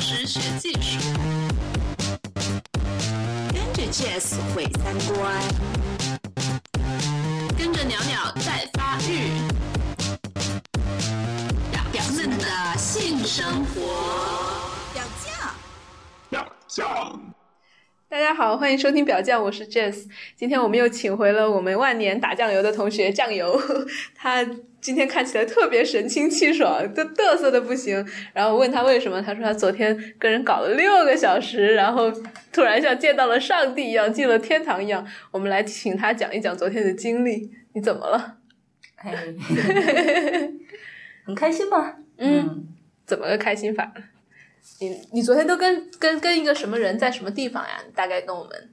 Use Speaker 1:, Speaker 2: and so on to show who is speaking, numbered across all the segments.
Speaker 1: 学技术，跟着 Jazz 毁三观，跟着鸟鸟在发育，表表们的性生活，表酱。
Speaker 2: 大家好，欢迎收听表酱，我是 Jess。今天我们又请回了我们万年打酱油的同学酱油， 他今天看起来特别神清气爽，都嘚瑟的不行。然后我问他为什么，他说他昨天跟人搞了六个小时，然后突然像见到了上帝一样，进了天堂一样。我们来请他讲一讲昨天的经历，你怎么了？
Speaker 3: 哎，很开心吧？
Speaker 2: 嗯，怎么个开心法？你你昨天都跟跟跟一个什么人在什么地方呀？你大概跟我们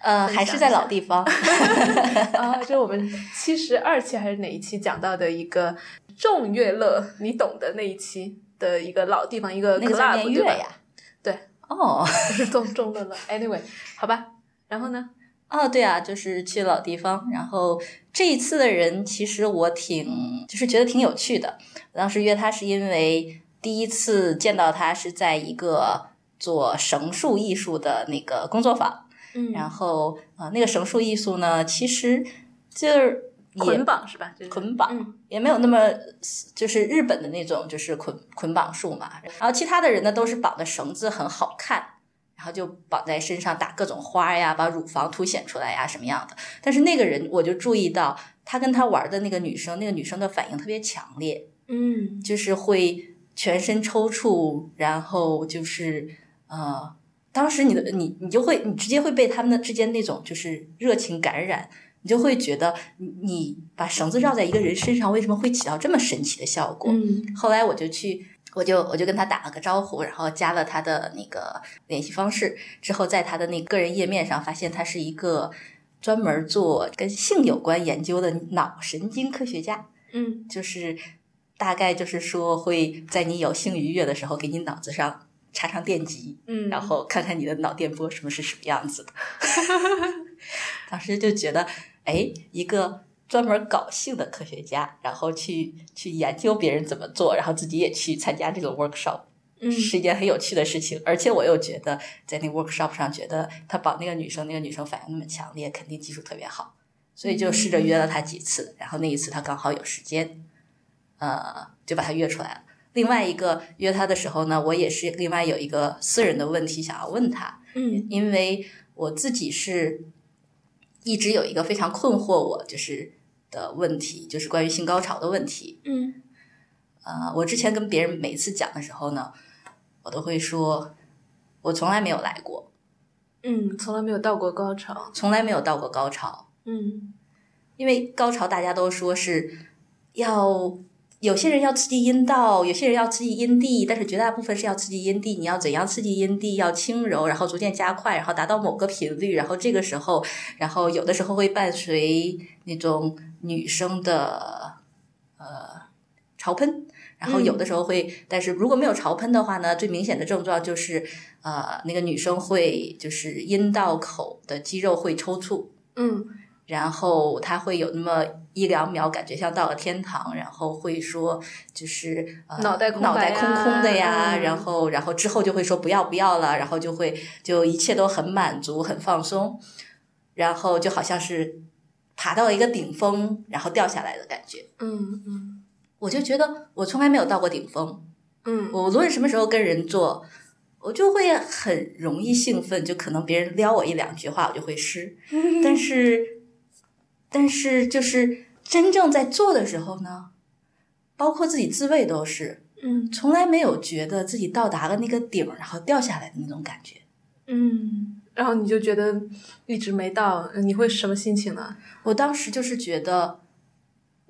Speaker 3: 呃，还是在老地方，
Speaker 2: 啊，这是我们七十二期还是哪一期讲到的一个众乐乐，你懂的那一期的一个老地方，一个
Speaker 3: 那个叫
Speaker 2: club
Speaker 3: 念
Speaker 2: 对
Speaker 3: 月
Speaker 2: 吧？
Speaker 3: 呀。
Speaker 2: 对。
Speaker 3: 哦，
Speaker 2: 不是 众众乐乐，anyway，好吧。然后呢？
Speaker 3: 哦，对啊，就是去老地方。然后这一次的人，其实我挺就是觉得挺有趣的。我当时约他是因为第一次见到他是在一个做绳术艺术的那个工作坊，
Speaker 2: 嗯
Speaker 3: 然后啊、呃那个绳术艺术呢，其实就是也
Speaker 2: 捆绑是吧？就是
Speaker 3: 捆绑
Speaker 2: 嗯
Speaker 3: 也没有那么就是日本的那种就是捆捆绑术嘛。然后其他的人呢都是绑的绳子很好看，然后就绑在身上打各种花呀，把乳房凸显出来呀什么样的。但是那个人我就注意到，他跟他玩的那个女生，那个女生的反应特别强烈，
Speaker 2: 嗯
Speaker 3: 就是会全身抽搐，然后就是呃。当时你的你你就会你直接会被他们的之间那种就是热情感染，你就会觉得你你把绳子绕在一个人身上，为什么会起到这么神奇的效果？
Speaker 2: 嗯
Speaker 3: 后来我就去，我就我就跟他打了个招呼，然后加了他的那个联系方式，之后在他的那个人页面上发现他是一个专门做跟性有关研究的脑神经科学家，
Speaker 2: 嗯
Speaker 3: 就是大概就是说会在你有性愉悦的时候，给你脑子上插上电极，
Speaker 2: 嗯，
Speaker 3: 然后看看你的脑电波什么是什么样子的。 当时就觉得，哎，一个专门搞性的科学家，然后去去研究别人怎么做，然后自己也去参加这种 workshop，、
Speaker 2: 嗯
Speaker 3: 是一件很有趣的事情。而且我又觉得，在那 workshop 上，觉得他绑那个女生，那个女生反应那么强烈，肯定技术特别好，所以就试着约了她几次。然后那一次她刚好有时间，呃，就把她约出来了。另外一个约他的时候呢，我也是另外有一个私人的问题想要问他，
Speaker 2: 嗯
Speaker 3: 因为我自己是一直有一个非常困惑我就是的问题，就是关于性高潮的问题。
Speaker 2: 嗯
Speaker 3: 呃，我之前跟别人每次讲的时候呢，我都会说，我从来没有来过，
Speaker 2: 嗯，从来没有到过高潮。
Speaker 3: 从来没有到过高潮，
Speaker 2: 嗯
Speaker 3: 因为高潮大家都说是要有些人要刺激阴道，有些人要刺激阴蒂，但是绝大部分是要刺激阴蒂。你要怎样刺激阴蒂？要轻柔，然后逐渐加快，然后达到某个频率，然后这个时候，然后有的时候会伴随那种女生的呃潮喷。然后有的时候会，但是如果没有潮喷的话呢，最明显的症状就是，呃，那个女生会就是阴道口的肌肉会抽搐，
Speaker 2: 嗯
Speaker 3: 然后他会有那么一两秒感觉像到了天堂，然后会说就是、呃、
Speaker 2: 脑袋空白呀
Speaker 3: 脑袋空空的呀，
Speaker 2: 嗯
Speaker 3: 然后然后之后就会说不要不要了，然后就会就一切都很满足很放松，然后就好像是爬到一个顶峰然后掉下来的感觉。
Speaker 2: 嗯嗯
Speaker 3: 我就觉得我从来没有到过顶峰，
Speaker 2: 嗯
Speaker 3: 我无论什么时候跟人做，我就会很容易兴奋，就可能别人撩我一两句话，我就会湿。
Speaker 2: 嗯
Speaker 3: 但是，但是就是真正在做的时候呢，包括自己自慰都是，
Speaker 2: 嗯
Speaker 3: 从来没有觉得自己到达了那个顶儿，然后掉下来的那种感觉。
Speaker 2: 嗯，然后你就觉得一直没到，你会什么心情呢？
Speaker 3: 我当时就是觉得。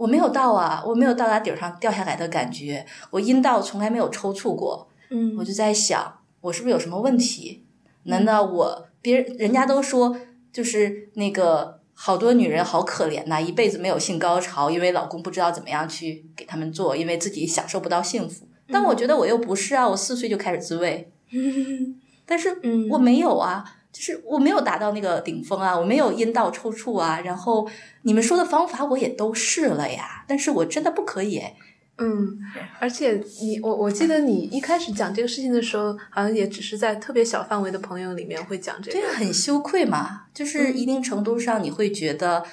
Speaker 3: 我没有到啊，我没有到达顶儿上掉下来的感觉，我阴道从来没有抽搐过，
Speaker 2: 嗯
Speaker 3: 我就在想，我是不是有什么问题？难道我别人人家都说，就是那个好多女人好可怜呐、一辈子没有性高潮，因为老公不知道怎么样去给他们做，因为自己享受不到幸福。
Speaker 2: 嗯
Speaker 3: 但我觉得我又不是啊，我四岁就开始自慰，但是
Speaker 2: 嗯
Speaker 3: 我没有啊，就是我没有达到那个顶峰啊，我没有阴道抽搐啊，然后你们说的方法我也都试了呀，但是我真的不可以哎，
Speaker 2: 嗯，而且你我我记得你一开始讲这个事情的时候，好像也只是在特别小范围的朋友里面会讲这个。
Speaker 3: 对啊，很羞愧嘛，就是一
Speaker 2: 嗯
Speaker 3: 定程度上你会觉得，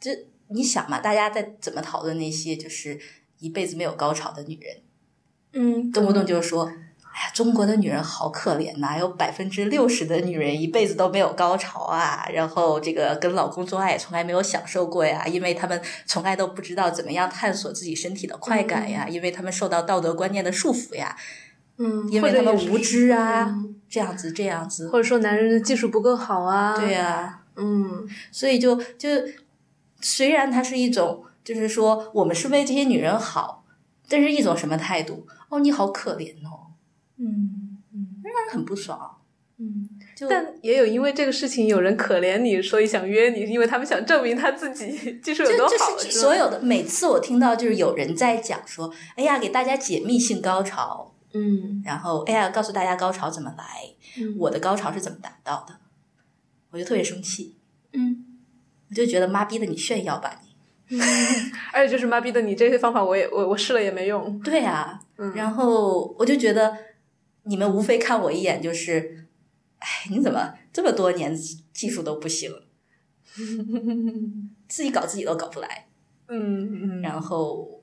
Speaker 3: 这你想嘛，大家在怎么讨论那些就是一辈子没有高潮的女人，
Speaker 2: 嗯，
Speaker 3: 动不动就说，哎呀，中国的女人好可怜呐、有百分之六十的女人一辈子都没有高潮啊，然后这个跟老公做爱也从来没有享受过呀，因为她们从来都不知道怎么样探索自己身体的快感呀，因为她们受到道德观念的束缚呀，
Speaker 2: 嗯，
Speaker 3: 因为他们无知啊
Speaker 2: 嗯，
Speaker 3: 这样子这样子，
Speaker 2: 或者说男人的技术不够好啊。
Speaker 3: 对呀、
Speaker 2: 嗯
Speaker 3: 所以就就虽然它是一种，就是说我们是为这些女人好，但是一种什么态度？哦，你好可怜哦，
Speaker 2: 嗯嗯
Speaker 3: 让人很不爽。
Speaker 2: 嗯，
Speaker 3: 就
Speaker 2: 但也有因为这个事情有人可怜你，所以想约你，因为他们想证明他自己技术有
Speaker 3: 就
Speaker 2: 多好。啊
Speaker 3: 就是
Speaker 2: 吧
Speaker 3: 所有的，每次我听到就是有人在讲说，哎呀，给大家解密性高潮，
Speaker 2: 嗯，
Speaker 3: 然后哎呀，告诉大家高潮怎么来，
Speaker 2: 嗯
Speaker 3: 我的高潮是怎么达到的，我就特别生气，
Speaker 2: 嗯，
Speaker 3: 我就觉得妈逼的你炫耀吧你。
Speaker 2: 而且就是妈逼的你这些方法我也我我试了也没用。
Speaker 3: 对啊，
Speaker 2: 嗯
Speaker 3: 然后我就觉得你们无非看我一眼就是，哎，你怎么这么多年技术都不行， 自己搞自己都搞不来，
Speaker 2: 嗯嗯
Speaker 3: 然后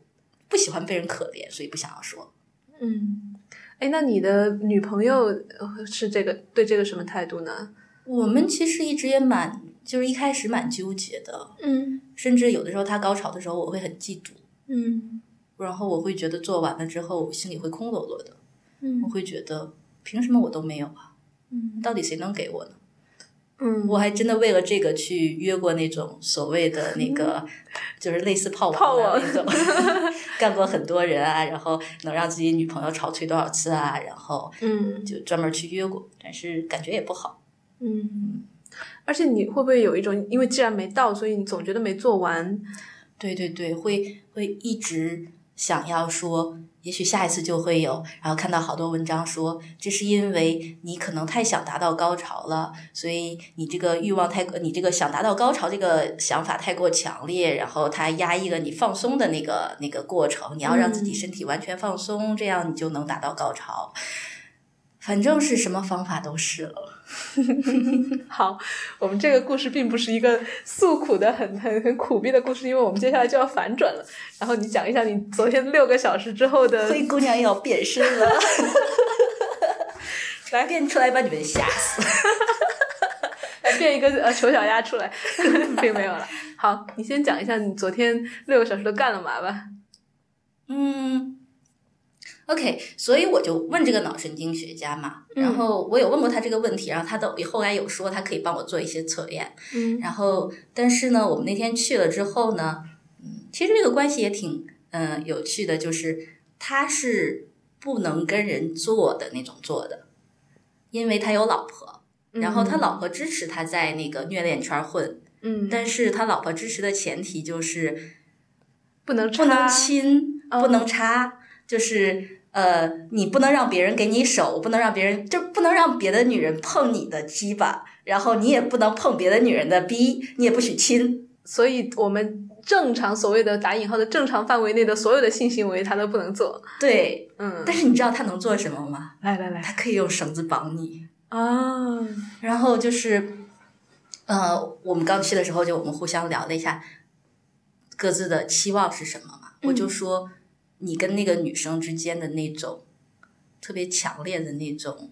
Speaker 3: 不喜欢被人可怜，所以不想要说。
Speaker 2: 嗯，哎，那你的女朋友呃是这个对这个什么态度呢？
Speaker 3: 我们其实一直也蛮，就是一开始蛮纠结的，
Speaker 2: 嗯
Speaker 3: 甚至有的时候他高潮的时候，我会很嫉妒，
Speaker 2: 嗯
Speaker 3: 然后我会觉得做完了之后，我心里会空落落的，我
Speaker 2: 嗯
Speaker 3: 会觉得凭什么我都没有啊？
Speaker 2: 嗯
Speaker 3: 到底谁能给我呢？
Speaker 2: 嗯，
Speaker 3: 我还真的为了这个去约过那种所谓的那个，就是类似炮
Speaker 2: 炮
Speaker 3: 王啊
Speaker 2: 王
Speaker 3: 的那种， 干过很多人啊，然后能让自己女朋友潮吹多少次啊，然后
Speaker 2: 嗯
Speaker 3: 就专门去约过，但是感觉也不好。
Speaker 2: 嗯，而且你会不会有一种，因为既然没到，所以你总觉得没做完？
Speaker 3: 对对对，会会一直想要说，也许下一次就会有。然后看到好多文章说，这是因为你可能太想达到高潮了，所以你这个欲望太过，你这个想达到高潮这个想法太过强烈，然后它压抑了你放松的那个那个过程。你要让自己
Speaker 2: 嗯
Speaker 3: 身体完全放松，这样你就能达到高潮。反正是什么方法都试了。
Speaker 2: 好，我们这个故事并不是一个诉苦的很很很苦逼的故事，因为我们接下来就要反转了。然后你讲一下你昨天六个小时之后的，
Speaker 3: 灰姑娘要变身了，
Speaker 2: 来
Speaker 3: 变 出来把你们吓死。
Speaker 2: 来变一个呃丑小鸭出来， 并没有了。好，你先讲一下你昨天六个小时都干了嘛吧。
Speaker 3: 嗯，OK，所以我就问这个脑神经学家嘛，
Speaker 2: 嗯
Speaker 3: 然后我有问过他这个问题，然后他的后来有说他可以帮我做一些测验，
Speaker 2: 嗯
Speaker 3: 然后但是呢，我们那天去了之后呢，嗯，其实这个关系也挺嗯、呃有趣的，就是他是不能跟人做的那种做的，因为他有老婆，然后他老婆支持他在那个虐恋圈混，
Speaker 2: 嗯，
Speaker 3: 但是他老婆支持的前提就是
Speaker 2: 不能插
Speaker 3: 不能亲，
Speaker 2: 嗯
Speaker 3: 不能插，就是呃，你不能让别人给你手，不能让别人，就不能让别的女人碰你的鸡巴，然后你也不能碰别的女人的逼，你也不许亲。
Speaker 2: 所以我们正常所谓的打引号的正常范围内的所有的性行为他都不能做。
Speaker 3: 对，
Speaker 2: 嗯，
Speaker 3: 但是你知道他能做什么吗？
Speaker 2: 来来来
Speaker 3: 他可以用绳子绑你，
Speaker 2: 啊，
Speaker 3: 然后就是，呃，我们刚去的时候就我们互相聊了一下各自的期望是什么嘛，我就说你跟那个女生之间的那种特别强烈的那种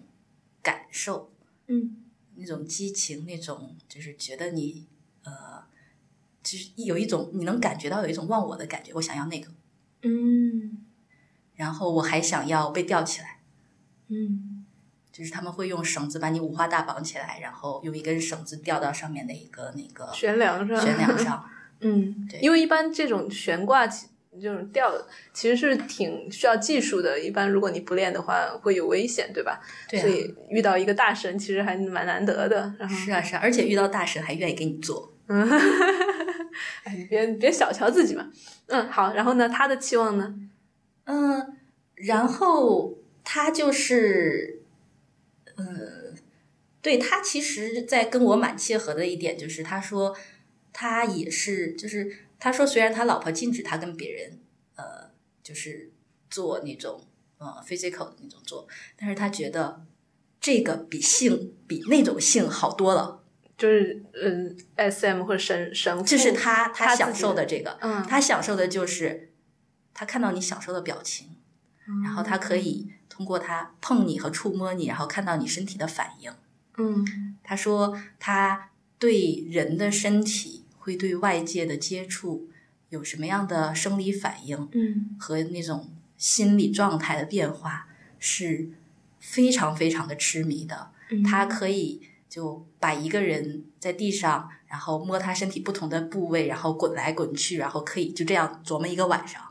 Speaker 3: 感受，
Speaker 2: 嗯
Speaker 3: 那种激情，那种就是觉得你呃，就是有一种你能感觉到有一种忘我的感觉，我想要那个，
Speaker 2: 嗯
Speaker 3: 然后我还想要被吊起来，
Speaker 2: 嗯
Speaker 3: 就是他们会用绳子把你五花大绑起来，然后用一根绳子吊到上面的一个那个
Speaker 2: 悬梁上，
Speaker 3: 悬梁上，
Speaker 2: 嗯
Speaker 3: 对，
Speaker 2: 因为一般这种悬挂起这种吊的其实是挺需要技术的，一般如果你不练的话会有危险，对吧？
Speaker 3: 对啊
Speaker 2: 所以遇到一个大神其实还蛮难得的。然后，
Speaker 3: 是啊是啊，而且遇到大神还愿意给你做，
Speaker 2: 嗯， 哎，你别别小瞧自己嘛。嗯，好，然后呢，他的期望呢？
Speaker 3: 嗯，然后他就是，呃，对他其实，在跟我蛮切合的一点就是，他说他也是，就是他说虽然他老婆禁止他跟别人，呃，就是做那种呃 physical 的那种做，但是他觉得这个比性比那种性好多了，
Speaker 2: 就是嗯，SM 或者神神父，
Speaker 3: 这是他
Speaker 2: 他
Speaker 3: 他
Speaker 2: 自己
Speaker 3: 享受的这个，
Speaker 2: 嗯，
Speaker 3: 他享受的就是他看到你享受的表情，然后他可以通过他碰你和触摸你，然后看到你身体的反应。
Speaker 2: 嗯
Speaker 3: 他说他对人的身体会对外界的接触有什么样的生理反应
Speaker 2: 嗯
Speaker 3: 和那种心理状态的变化是非常非常的痴迷的。
Speaker 2: 嗯，
Speaker 3: 他可以就把一个人在地上，然后摸他身体不同的部位，然后滚来滚去，然后可以就这样琢磨一个晚上。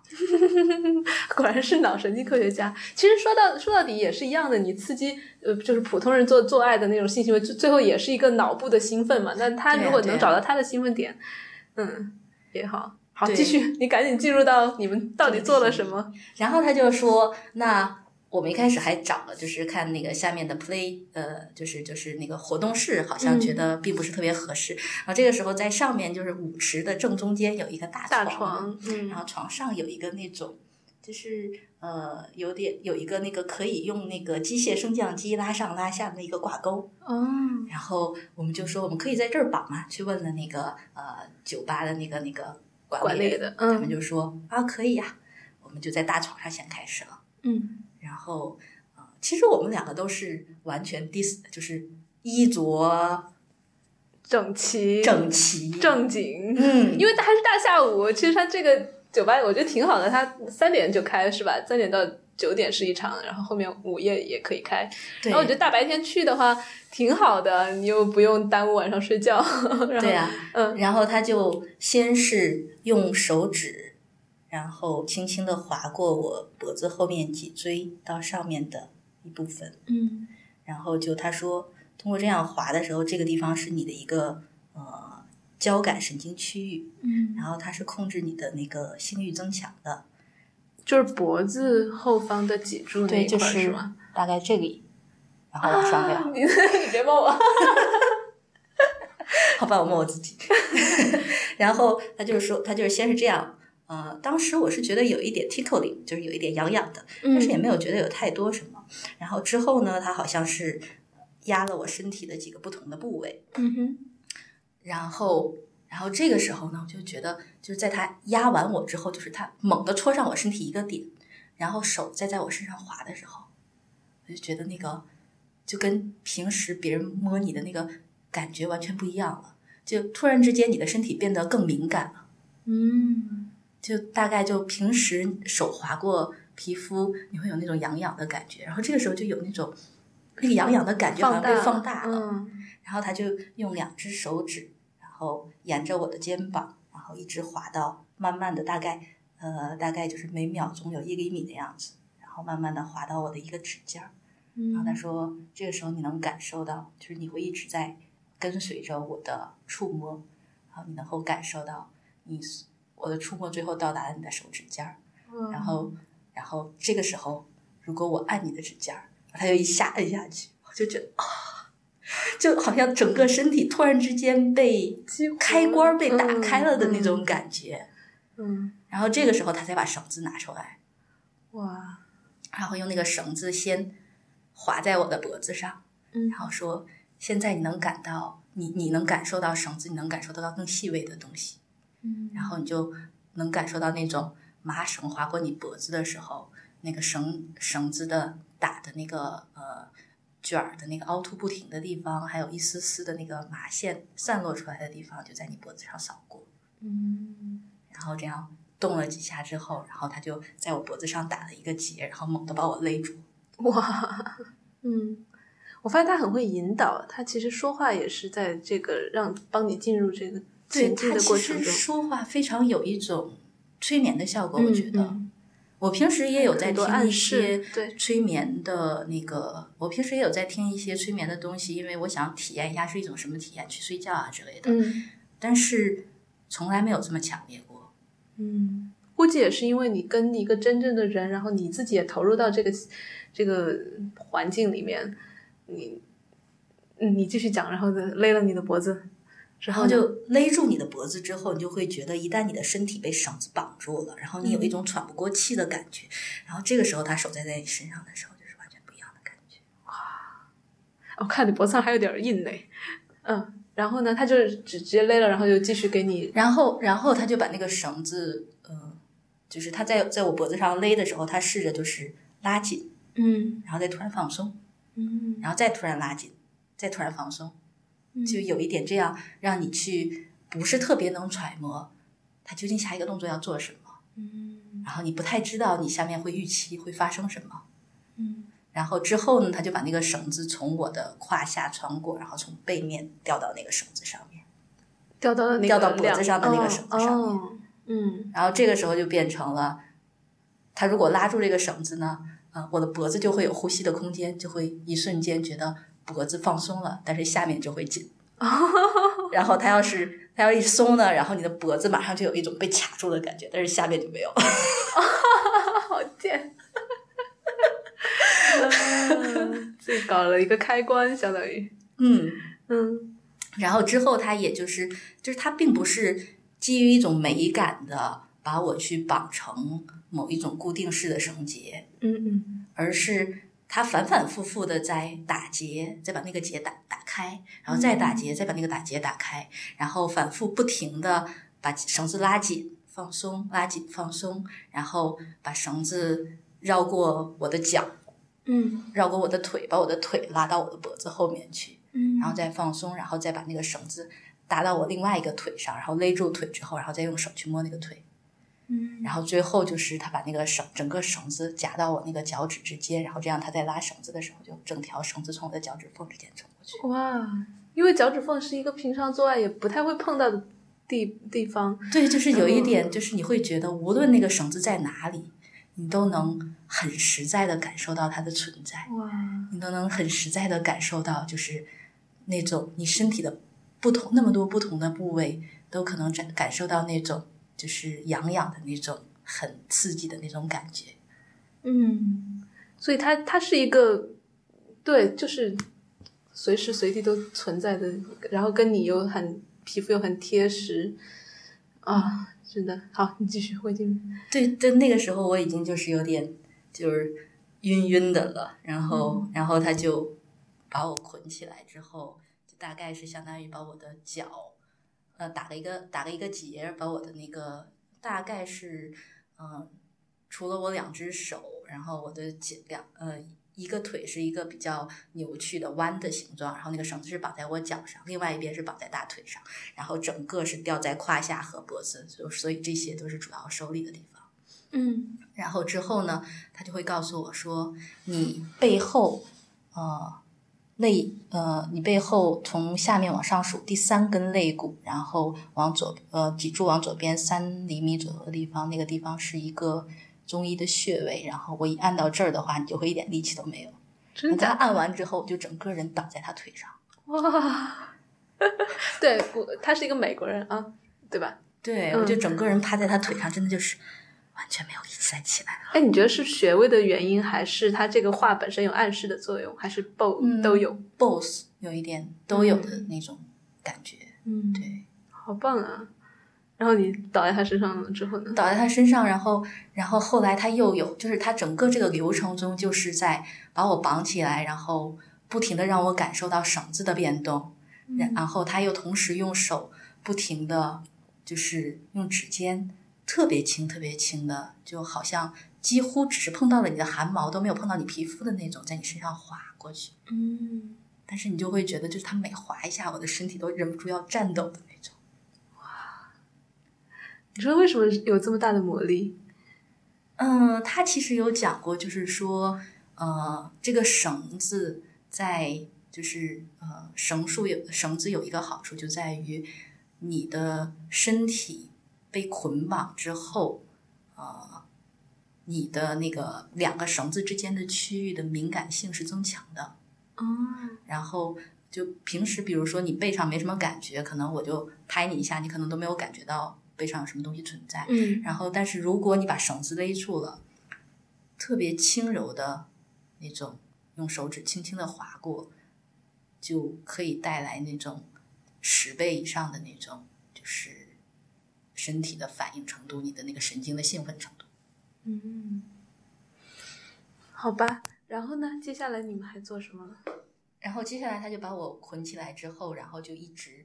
Speaker 2: 果然是脑神经科学家。其实说到说到底也是一样的，你刺激呃，就是普通人做做爱的那种性行为，最最后也是一个脑部的兴奋嘛。那他
Speaker 3: 对呀
Speaker 2: 如果
Speaker 3: 对
Speaker 2: 能
Speaker 3: 呀
Speaker 2: 找到他的兴奋点，嗯，也好。好，
Speaker 3: 对
Speaker 2: 继续，你赶紧进入到你们到底做了什么？
Speaker 3: 然后他就说，那我们一开始还找了，就是看那个下面的 play，呃，就是就是那个活动室，好像
Speaker 2: 嗯
Speaker 3: 觉得并不是特别合适。然后这个时候在上面就是舞池的正中间有一个大
Speaker 2: 大
Speaker 3: 床，
Speaker 2: 床，嗯
Speaker 3: 然后床上有一个那种，就是呃有点有一个那个可以用那个机械升降机拉上拉下的一个挂钩。
Speaker 2: 哦，
Speaker 3: 然后我们就说我们可以在这儿绑嘛，去问了那个呃酒吧的那个那个管理
Speaker 2: 管理的嗯
Speaker 3: 他们就说啊可以呀、我们就在大床上先开始了。
Speaker 2: 嗯
Speaker 3: 然后呃，其实我们两个都是完全 dis 就是衣着
Speaker 2: 整齐
Speaker 3: 整齐，
Speaker 2: 正经，
Speaker 3: 嗯，
Speaker 2: 因为还是大下午，其实他这个酒吧我觉得挺好的，他三点就开是吧？三点到九点是一场，然后后面午夜也可以开。
Speaker 3: 对
Speaker 2: 然后我觉得大白天去的话挺好的，你又不用耽误晚上睡觉。然
Speaker 3: 对
Speaker 2: 后
Speaker 3: 啊，
Speaker 2: 嗯
Speaker 3: 然后他就先是用手指，然后轻轻的划过我脖子后面脊椎到上面的一部分。
Speaker 2: 嗯
Speaker 3: 然后就他说，通过这样划的时候，这个地方是你的一个呃交感神经区域，
Speaker 2: 嗯，
Speaker 3: 然后它是控制你的那个性欲增强的。
Speaker 2: 就是脖子后方的脊柱那
Speaker 3: 对，
Speaker 2: 一
Speaker 3: 就
Speaker 2: 块儿
Speaker 3: 是
Speaker 2: 吗？
Speaker 3: 大概这里，然后往上聊。
Speaker 2: 你 你别帮我，
Speaker 3: 好吧，我摸我自己。 然后他就是说，他就是先是这样。呃，当时我是觉得有一点 tickling，就是有一点痒痒的，但是也没有觉得有太多什么。然后之后呢，他好像是压了我身体的几个不同的部位，
Speaker 2: 嗯哼，
Speaker 3: 然后，然后这个时候呢，我就觉得就是在他压完我之后，就是他猛地戳上我身体一个点，然后手再在我身上划的时候，我就觉得那个就跟平时别人摸你的那个感觉完全不一样了，就突然之间你的身体变得更敏感了，
Speaker 2: 嗯
Speaker 3: 就大概就平时手划过皮肤，你会有那种痒痒的感觉，然后这个时候就有那种那个痒痒的感觉好像被放大了。
Speaker 2: 嗯
Speaker 3: 然后他就用两只手指，然后沿着我的肩膀，然后一直滑到，慢慢的大概呃大概就是每秒钟有一厘米的样子，然后慢慢的滑到我的一个指尖儿。
Speaker 2: 嗯
Speaker 3: 然后他说，这个时候你能感受到，就是你会一直在跟随着我的触摸，然后你能够感受到你我的触摸最后到达了你的手指尖儿。
Speaker 2: 嗯
Speaker 3: 然后，然后这个时候，如果我按你的指尖儿，它就一下摁下去，我就觉得啊，就好像整个身体突然之间被
Speaker 2: 激活
Speaker 3: 开关被打开了的那
Speaker 2: 嗯
Speaker 3: 种感觉。
Speaker 2: 嗯
Speaker 3: 然后这个时候，他才把绳子拿出来，
Speaker 2: 哇
Speaker 3: 然后用那个绳子先划在我的脖子上，
Speaker 2: 嗯
Speaker 3: 然后说：“现在你能感到，你你能感受到绳子，你能感受得到更细微的东西。”
Speaker 2: 嗯
Speaker 3: 然后你就能感受到那种麻绳划过你脖子的时候，那个绳绳子的打的那个呃卷儿的那个凹凸不平的地方，还有一丝丝的那个麻线散落出来的地方，就在你脖子上扫过。
Speaker 2: 嗯
Speaker 3: 然后这样动了几下之后，然后他就在我脖子上打了一个结，然后猛地把我勒住。
Speaker 2: 哇，嗯，我发现他很会引导，他其实说话也是在这个让帮你进入这个情境
Speaker 3: 他
Speaker 2: 的过
Speaker 3: 其
Speaker 2: 程
Speaker 3: 实
Speaker 2: 中，
Speaker 3: 说话非常有一种催眠的效果，
Speaker 2: 嗯
Speaker 3: 我觉得。
Speaker 2: 嗯
Speaker 3: 我平时也有在
Speaker 2: 很多
Speaker 3: 听
Speaker 2: 暗
Speaker 3: 一些
Speaker 2: 示对
Speaker 3: 催眠的那个，我平时也有在听一些催眠的东西，因为我想体验一下是一种什么体验，去睡觉啊之类的。
Speaker 2: 嗯
Speaker 3: 但是从来没有这么强烈过。
Speaker 2: 嗯，估计也是因为你跟一个真正的人，然后你自己也投入到这个这个环境里面，你嗯你继续讲，然后勒了你的脖子，
Speaker 3: 然后就勒住你的脖子之后，你就会觉得一旦你的身体被绳子绑住了，然后你有
Speaker 2: 嗯
Speaker 3: 一种喘不过气的感觉，然后这个时候他手在在你身上的时候，就是完全不一样的感觉。
Speaker 2: 我看你脖子上还有点印呢，嗯，然后呢，他就是直直接勒了，然后就继续给你，
Speaker 3: 然后，然后他就把那个绳子，呃，就是他在在我脖子上勒的时候，他试着就是拉紧，
Speaker 2: 嗯
Speaker 3: 然后再突然放松，
Speaker 2: 嗯
Speaker 3: 然后再突然拉紧，再突然放松，
Speaker 2: 嗯
Speaker 3: 就有一点这样让你去不是特别能揣摩他究竟下一个动作要做什么。
Speaker 2: 嗯
Speaker 3: 然后你不太知道你下面会预期会发生什么。
Speaker 2: 嗯，
Speaker 3: 然后之后呢，他就把那个绳子从我的胯下穿过，然后从背面掉到那个绳子上面。
Speaker 2: 掉到了那个
Speaker 3: 掉到脖
Speaker 2: 两
Speaker 3: 子上的那个
Speaker 2: 哦
Speaker 3: 绳子上面
Speaker 2: 哦嗯
Speaker 3: 然后这个时候就变成了，他如果拉住这个绳子呢，呃，我的脖子就会有呼吸的空间，就会一瞬间觉得脖子放松了，但是下面就会紧。然后他要是他要一松呢，然后你的脖子马上就有一种被卡住的感觉，但是下面就没有。
Speaker 2: 好 贱。嗯自己搞了一个开关，相当于，
Speaker 3: 嗯，
Speaker 2: 嗯
Speaker 3: 然后之后他也就是就是他并不是基于一种美感的把我去绑成某一种固定式的绳结，
Speaker 2: 嗯嗯
Speaker 3: 而是他反反复复的在打结，再把那个结打打开，然后再打
Speaker 2: 嗯
Speaker 3: 结，再把那个打结打开，然后反复不停的把绳子拉紧、放松、拉紧、放松，然后把绳子绕过我的脚，
Speaker 2: 嗯
Speaker 3: 绕过我的腿，把我的腿拉到我的脖子后面去。
Speaker 2: 嗯
Speaker 3: 然后再放松，然后再把那个绳子搭到我另外一个腿上，然后勒住腿之后，然后再用手去摸那个腿，
Speaker 2: 嗯
Speaker 3: 然后最后就是他把那个绳整个绳子夹到我那个脚趾之间，然后这样他在拉绳子的时候，就整条绳子从我的脚趾缝之间穿过去。
Speaker 2: 哇，因为脚趾缝是一个平常做爱也不太会碰到的地地方，
Speaker 3: 对，就是有一点，就是你会觉得无论那个绳子在哪里，你都能很实在的感受到它的存在，
Speaker 2: 哇，
Speaker 3: 你都能很实在的感受到，就是那种你身体的不同那么多不同的部位都可能感感受到那种就是痒痒的那种很刺激的那种感觉。
Speaker 2: 嗯，所以它它是一个，对，就是随时随地都存在的，然后跟你又很皮肤又很贴实，啊，真的好，你继续，我已经
Speaker 3: 对，对，那个时候我已经就是有点就是晕晕的了，然后然后他就把我捆起来之后，就大概是相当于把我的脚呃打了一个打了一个结，把我的那个大概是嗯、呃除了我两只手，然后我的脚两呃。一个腿是一个比较扭曲的弯的形状，然后那个绳子是绑在我脚上，另外一边是绑在大腿上，然后整个是吊在胯下和脖子，就所以这些都是主要受力的地方。
Speaker 2: 嗯
Speaker 3: 然后之后呢，他就会告诉我说，你背后，呃，肋，呃，你背后从下面往上数第三根肋骨，然后往左，呃，脊柱往左边三厘米左右的地方，那个地方是一个中医的穴位，然后我一按到这儿的话，你就会一点力气都没有。
Speaker 2: 真
Speaker 3: 他
Speaker 2: 假
Speaker 3: 按完之后，我就整个人倒在他腿上。
Speaker 2: 哇， 对，我他是一个美国人啊，对吧？
Speaker 3: 对，
Speaker 2: 嗯
Speaker 3: 我就整个人趴在他腿上，真的就是完全没有力气再起来。
Speaker 2: 哎，你觉得是穴位的原因，还是他这个话本身有暗示的作用，还是 both、
Speaker 3: 嗯
Speaker 2: 都有？
Speaker 3: boss 有一点都有的那种感觉。
Speaker 2: 嗯，
Speaker 3: 对，
Speaker 2: 好棒啊！然后你倒在他身上了之后呢？
Speaker 3: 倒在他身上，然后，然后后来他又有，就是他整个这个流程中，就是在把我绑起来，然后不停的让我感受到绳子的变动，然然后他又同时用手不停的，就是用指尖特别轻、特别轻的，就好像几乎只是碰到了你的汗毛，都没有碰到你皮肤的那种，在你身上划过去。
Speaker 2: 嗯，
Speaker 3: 但是你就会觉得，就是他每划一下，我的身体都忍不住要颤抖的那种。
Speaker 2: 你说为什么有这么大的魔力？
Speaker 3: 嗯，他其实有讲过，就是说，呃，这个绳子在就是呃，绳束有绳子有一个好处，就在于你的身体被捆绑之后，呃，你的那个两个绳子之间的区域的敏感性是增强的。
Speaker 2: 哦，
Speaker 3: 然后就平时，比如说你背上没什么感觉，可能我就拍你一下，你可能都没有感觉到背上有什么东西存在。
Speaker 2: 嗯
Speaker 3: 然后，但是如果你把绳子勒住了，特别轻柔的那种，用手指轻轻的划过，就可以带来那种十倍以上的那种，就是身体的反应程度，你的那个神经的兴奋程度。
Speaker 2: 嗯，好吧。然后呢？接下来你们还做什么了？
Speaker 3: 然后接下来他就把我捆起来之后，然后就一直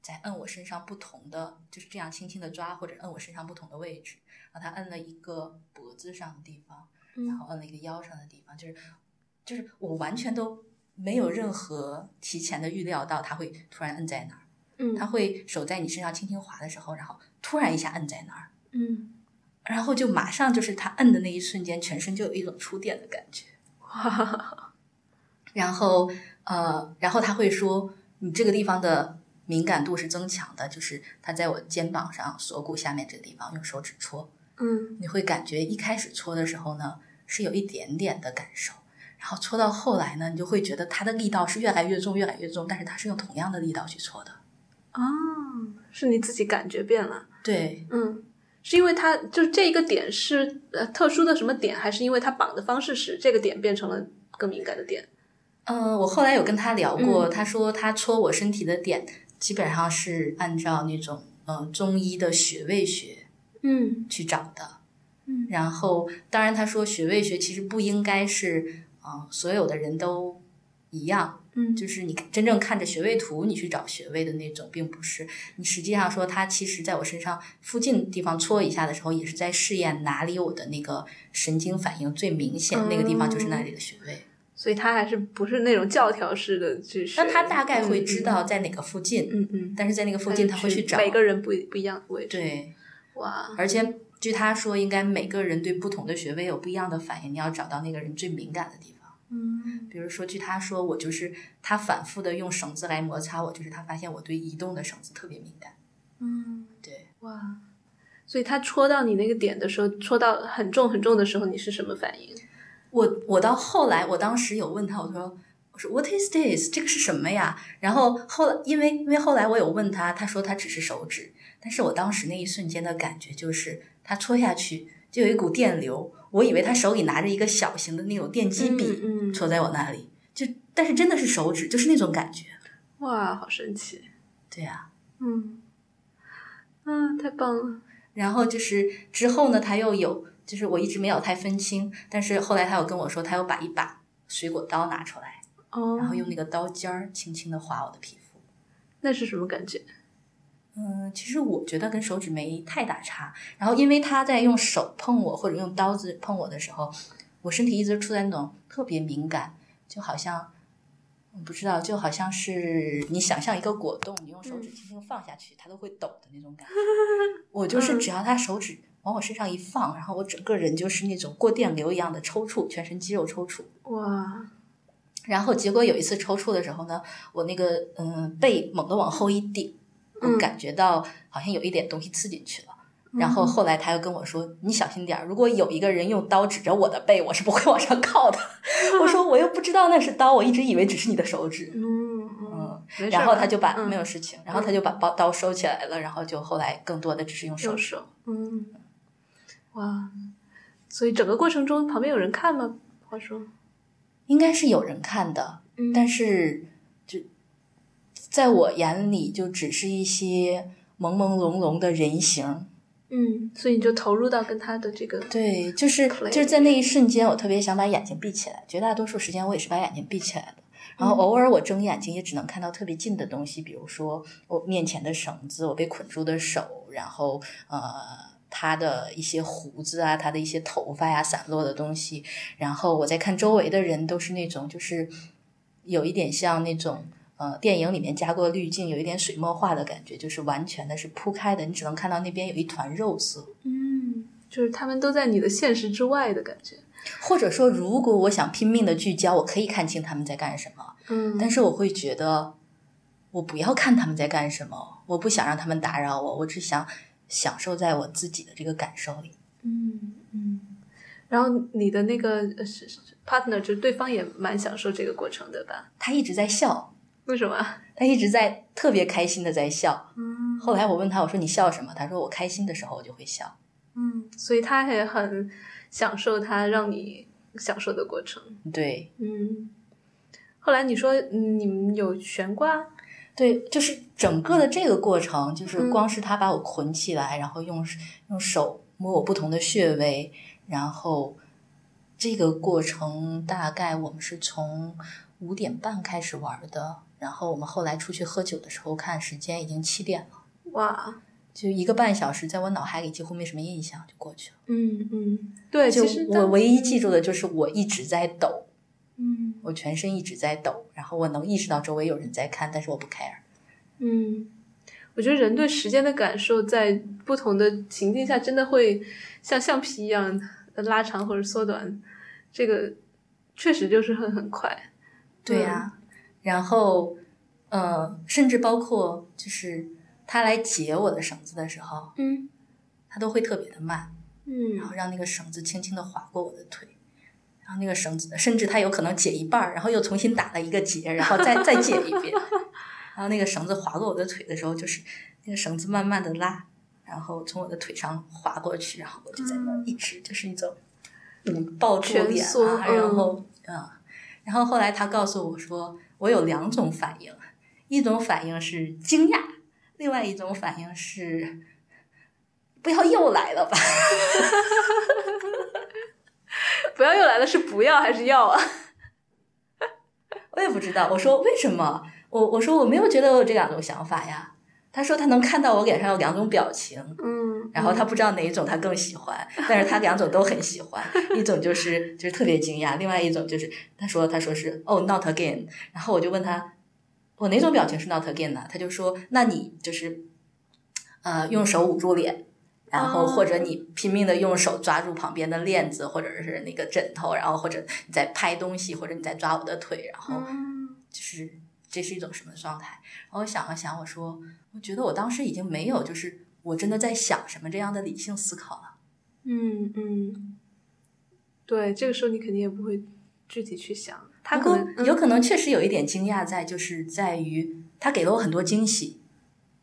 Speaker 3: 在摁我身上不同的，就是这样轻轻的抓或者摁我身上不同的位置。然后他摁了一个脖子上的地方，然后摁了一个腰上的地方，就是就是我完全都没有任何提前的预料到他会突然摁在哪儿。
Speaker 2: 嗯
Speaker 3: 他会手在你身上轻轻划的时候，然后突然一下摁在那儿，
Speaker 2: 嗯，
Speaker 3: 然后就马上就是他摁的那一瞬间，全身就有一种触电的感觉。
Speaker 2: 哇，
Speaker 3: 然后呃，然后他会说你这个地方的敏感度是增强的，就是他在我肩膀上锁骨下面这个地方用手指戳，
Speaker 2: 嗯
Speaker 3: 你会感觉一开始搓的时候呢是有一点点的感受，然后搓到后来呢，你就会觉得它的力道是越来越重，越来越重，但是它是用同样的力道去搓的。
Speaker 2: 啊，是你自己感觉变了。
Speaker 3: 对，
Speaker 2: 嗯，是因为它就这一个点是呃特殊的什么点，还是因为它绑的方式使这个点变成了更敏感的点？
Speaker 3: 嗯，我后来有跟他聊过，
Speaker 2: 嗯
Speaker 3: 他说他戳我身体的点基本上是按照那种呃中医的穴位学
Speaker 2: 嗯
Speaker 3: 去找的。
Speaker 2: 嗯
Speaker 3: 然后，当然他说穴位学其实不应该是啊、呃所有的人都一样，
Speaker 2: 嗯
Speaker 3: 就是你真正看着穴位图，你去找穴位的那种，并不是你实际上说它其实在我身上附近地方搓一下的时候，也是在试验哪里我的那个神经反应最明显，那个地方就是那里的穴位。
Speaker 2: 所以它还是不是那种教条式的去学。
Speaker 3: 那他大概会知道在哪个附近，
Speaker 2: 嗯嗯，嗯嗯，
Speaker 3: 但是在那个附近他会去找。
Speaker 2: 每个人不一不一样的位置。，
Speaker 3: 对，
Speaker 2: 哇，
Speaker 3: 而且据他说，应该每个人对不同的穴位有不一样的反应，你要找到那个人最敏感的地方。
Speaker 2: 嗯
Speaker 3: 比如说，据他说，我就是他反复的用绳子来摩擦我，就是他发现我对移动的绳子特别敏感。
Speaker 2: 嗯，
Speaker 3: 对，
Speaker 2: 哇。所以它戳到你那个点的时候，戳到很重很重的时候，你是什么反应？
Speaker 3: 我我到后来，我当时有问他，我说我说 What is this？这个是什么呀？然后后来，因为因为后来我有问他，他说他只是手指，但是我当时那一瞬间的感觉就是，他戳下去就有一股电流，我以为他手里拿着一个小型的那种电击笔
Speaker 2: 嗯嗯
Speaker 3: 戳在我那里，就但是真的是手指，就是那种感觉。
Speaker 2: 哇，好神奇。
Speaker 3: 对呀、
Speaker 2: 嗯，啊，太棒了。
Speaker 3: 然后就是之后呢，他又有，就是我一直没有太分清，但是后来他有跟我说，他又把一把水果刀拿出来，
Speaker 2: 哦，
Speaker 3: 然后用那个刀尖儿轻轻的划我的皮肤。
Speaker 2: 那是什么感觉？
Speaker 3: 嗯，其实我觉得跟手指没太大差。然后因为他在用手碰我或者用刀子碰我的时候，我身体一直处在那种特别敏感，就好像。嗯不知道，就好像是你想象一个果冻，你用手指轻轻放下去，它都会抖的那种感觉。我就是
Speaker 2: 嗯
Speaker 3: 只要他手指往我身上一放，然后我整个人就是那种过电流一样的抽搐，全身肌肉抽搐。
Speaker 2: 哇，
Speaker 3: 然后结果有一次抽搐的时候呢，我那个嗯背猛地往后一顶，我
Speaker 2: 嗯
Speaker 3: 感觉到好像有一点东西刺进去了。然后后来他又跟我说：“你小心点儿，如果有一个人用刀指着我的背，我是不会往上靠 的。”我说：“我又不知道那是刀，我一直以为只是你的手指。
Speaker 2: 嗯
Speaker 3: 嗯
Speaker 2: 嗯，没”事儿吧
Speaker 3: 然后他就把、
Speaker 2: 嗯
Speaker 3: 没有事情，然后他就把刀刀收起来了，然后就后来更多的只是用手
Speaker 2: 用
Speaker 3: 指。
Speaker 2: 手，嗯，哇，所以整个过程中旁边有人看吗？话说，
Speaker 3: 应该是有人看的，
Speaker 2: 嗯
Speaker 3: 但是就在我眼里，就只是一些朦朦胧胧的人形。
Speaker 2: 嗯，所以你就投入到跟他的这个，
Speaker 3: 对，就是就是在那一瞬间，我特别想把眼睛闭起来。绝大多数时间，我也是把眼睛闭起来的。然后
Speaker 2: 嗯
Speaker 3: 偶尔我睁眼睛，也只能看到特别近的东西，比如说我面前的绳子，我被捆住的手，然后呃。他的一些胡子啊，他的一些头发呀、散落的东西，然后我在看周围的人都是那种，就是有一点像那种呃电影里面加过滤镜，有一点水墨画的感觉，就是完全的是铺开的，你只能看到那边有一团肉色。
Speaker 2: 嗯，就是他们都在你的现实之外的感觉，
Speaker 3: 或者说，如果我想拼命的聚焦，我可以看清他们在干什么，
Speaker 2: 嗯
Speaker 3: 但
Speaker 2: 是
Speaker 3: 是我会觉得，我不要看他们在干什么，我不想让他们打扰我，我只想享受在我自己的这个感受里。
Speaker 2: 嗯嗯，然后你的那个呃是是 partner 就是对方也蛮享受这个过程的吧？
Speaker 3: 他一直在笑，
Speaker 2: 为什么？
Speaker 3: 他一直在特别开心的在笑。
Speaker 2: 嗯
Speaker 3: 后来我问他，我说你笑什么？他说我开心的时候我就会笑。
Speaker 2: 嗯， 所以他也很享受他让你享受的过程。
Speaker 3: 对，
Speaker 2: 嗯，后来你说嗯你们有悬挂，
Speaker 3: 对，就是整个的这个过程，就是
Speaker 2: 嗯
Speaker 3: 光是他把我捆起来，然后用用手摸我不同的穴位，然后这个过程大概我们是从五点半开始玩的，然后我们后来出去喝酒的时候看时间已经七点了，
Speaker 2: 哇，
Speaker 3: 就一个半小时，在我脑海里几乎没什么印象就过去了。
Speaker 2: 嗯嗯，对，
Speaker 3: 就
Speaker 2: 其实
Speaker 3: 我
Speaker 2: 当
Speaker 3: 唯一记住的就是我一直在抖，
Speaker 2: 嗯
Speaker 3: 我全身一直在抖，然后我能意识到周围有人在看，但是我不 care。
Speaker 2: 嗯，我觉得人对时间的感受，在不同的情境下，真的会像橡皮一样呃拉长或者缩短。这个确实就是很很快。
Speaker 3: 对
Speaker 2: 嗯
Speaker 3: 呀、然后，呃，甚至包括就是他来解我的绳子的时候，
Speaker 2: 嗯
Speaker 3: 他都会特别的慢，
Speaker 2: 嗯
Speaker 3: 然后让那个绳子轻轻的划过我的腿，然后那个绳子甚至他有可能解一半儿，然后又重新打了一个结，然后再再解一遍， 然后那个绳子划过我的腿的时候，就是那个绳子慢慢的拉，然后从我的腿上划过去，然后我就在那儿一直就是一种，嗯，抱住我
Speaker 2: 嗯蜷
Speaker 3: 脸
Speaker 2: 缩
Speaker 3: 啊，然后嗯，然后后来他告诉我说，我有两种反应，一种反应是惊讶，另外一种反应是。不要又来了吧！
Speaker 2: 不要又来了，是不要还是要啊？
Speaker 3: 我也不知道。我说为什么？我我说我没有觉得我有这两种想法呀。他说他能看到我脸上有两种表情，
Speaker 2: 嗯
Speaker 3: 然后他不知道哪一种他更喜欢，但是他两种都很喜欢，一种就是就是特别惊讶，另外一种就是他说他说是哦、not again，然后我就问他我哪种表情是 not again 呢？他就说那你就是呃用手捂住脸。然后
Speaker 2: 哦
Speaker 3: 或者你拼命的用手抓住旁边的链子，或者是那个枕头，然后或者你在拍东西，或者你在抓我的腿，然后
Speaker 2: 嗯
Speaker 3: 就是这是一种什么状态？然后我想了想，我说，我觉得我当时已经没有，就是我真的在想什么这样的理性思考了。
Speaker 2: 嗯嗯，对，这个时候你肯定也不会具体去想，他
Speaker 3: 不
Speaker 2: 可
Speaker 3: 过
Speaker 2: 能嗯
Speaker 3: 有可能确实有一点惊讶在，就是在于他给了我很多惊喜。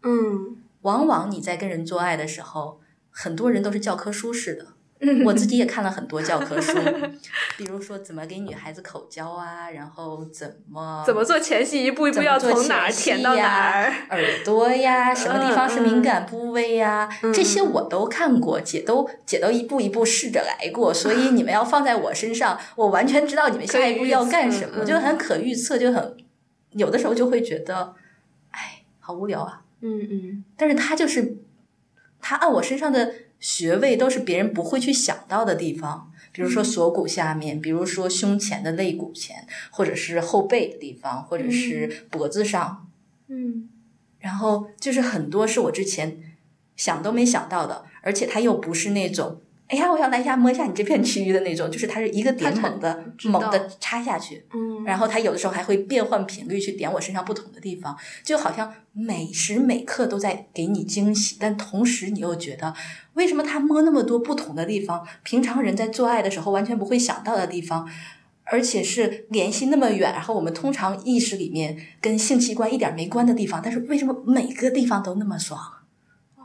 Speaker 2: 嗯
Speaker 3: 往往你在跟人做爱的时候，很多人都是教科书式的。 我自己也看了很多教科书，比如说怎么给女孩子口交啊，然后怎么
Speaker 2: 怎么做前戏，一步一步
Speaker 3: 哦怎么
Speaker 2: 要
Speaker 3: 做
Speaker 2: 从哪儿
Speaker 3: 前戏
Speaker 2: 舔到哪
Speaker 3: 呀
Speaker 2: 儿。
Speaker 3: 耳朵呀，什么地方是敏感部位呀，
Speaker 2: 嗯
Speaker 3: 这些我都看过，姐都姐都一步一步试着来过，所以你们要放在我身上，我完全知道你们下一步要干什
Speaker 2: 可以预
Speaker 3: 么，
Speaker 2: 测嗯
Speaker 3: 就很可预测，就很有的时候就会觉得，哎，好无聊啊。
Speaker 2: 嗯嗯
Speaker 3: 但是他就是他按我身上的穴位都是别人不会去想到的地方，比
Speaker 2: 嗯
Speaker 3: 如说锁骨下面，比如说胸前的肋骨前，或者是后背的地方，或者是脖子上，
Speaker 2: 嗯
Speaker 3: 然后就是很多是我之前想都没想到的，而且它又不是那种，哎呀，我要来一下摸一下你这片区域的那种，就是它是一个点
Speaker 2: 它
Speaker 3: 猛的
Speaker 2: 知道
Speaker 3: 猛的插下去，
Speaker 2: 嗯，
Speaker 3: 然后它有的时候还会变换频率去点我身上不同的地方，就好像每时每刻都在给你惊喜，但同时你又觉得为什么他摸那么多不同的地方，平常人在做爱的时候完全不会想到的地方。而且是联系那么远，然后我们通常意识里面跟性器官一点没关的地方，但是为什么每个地方都那么爽？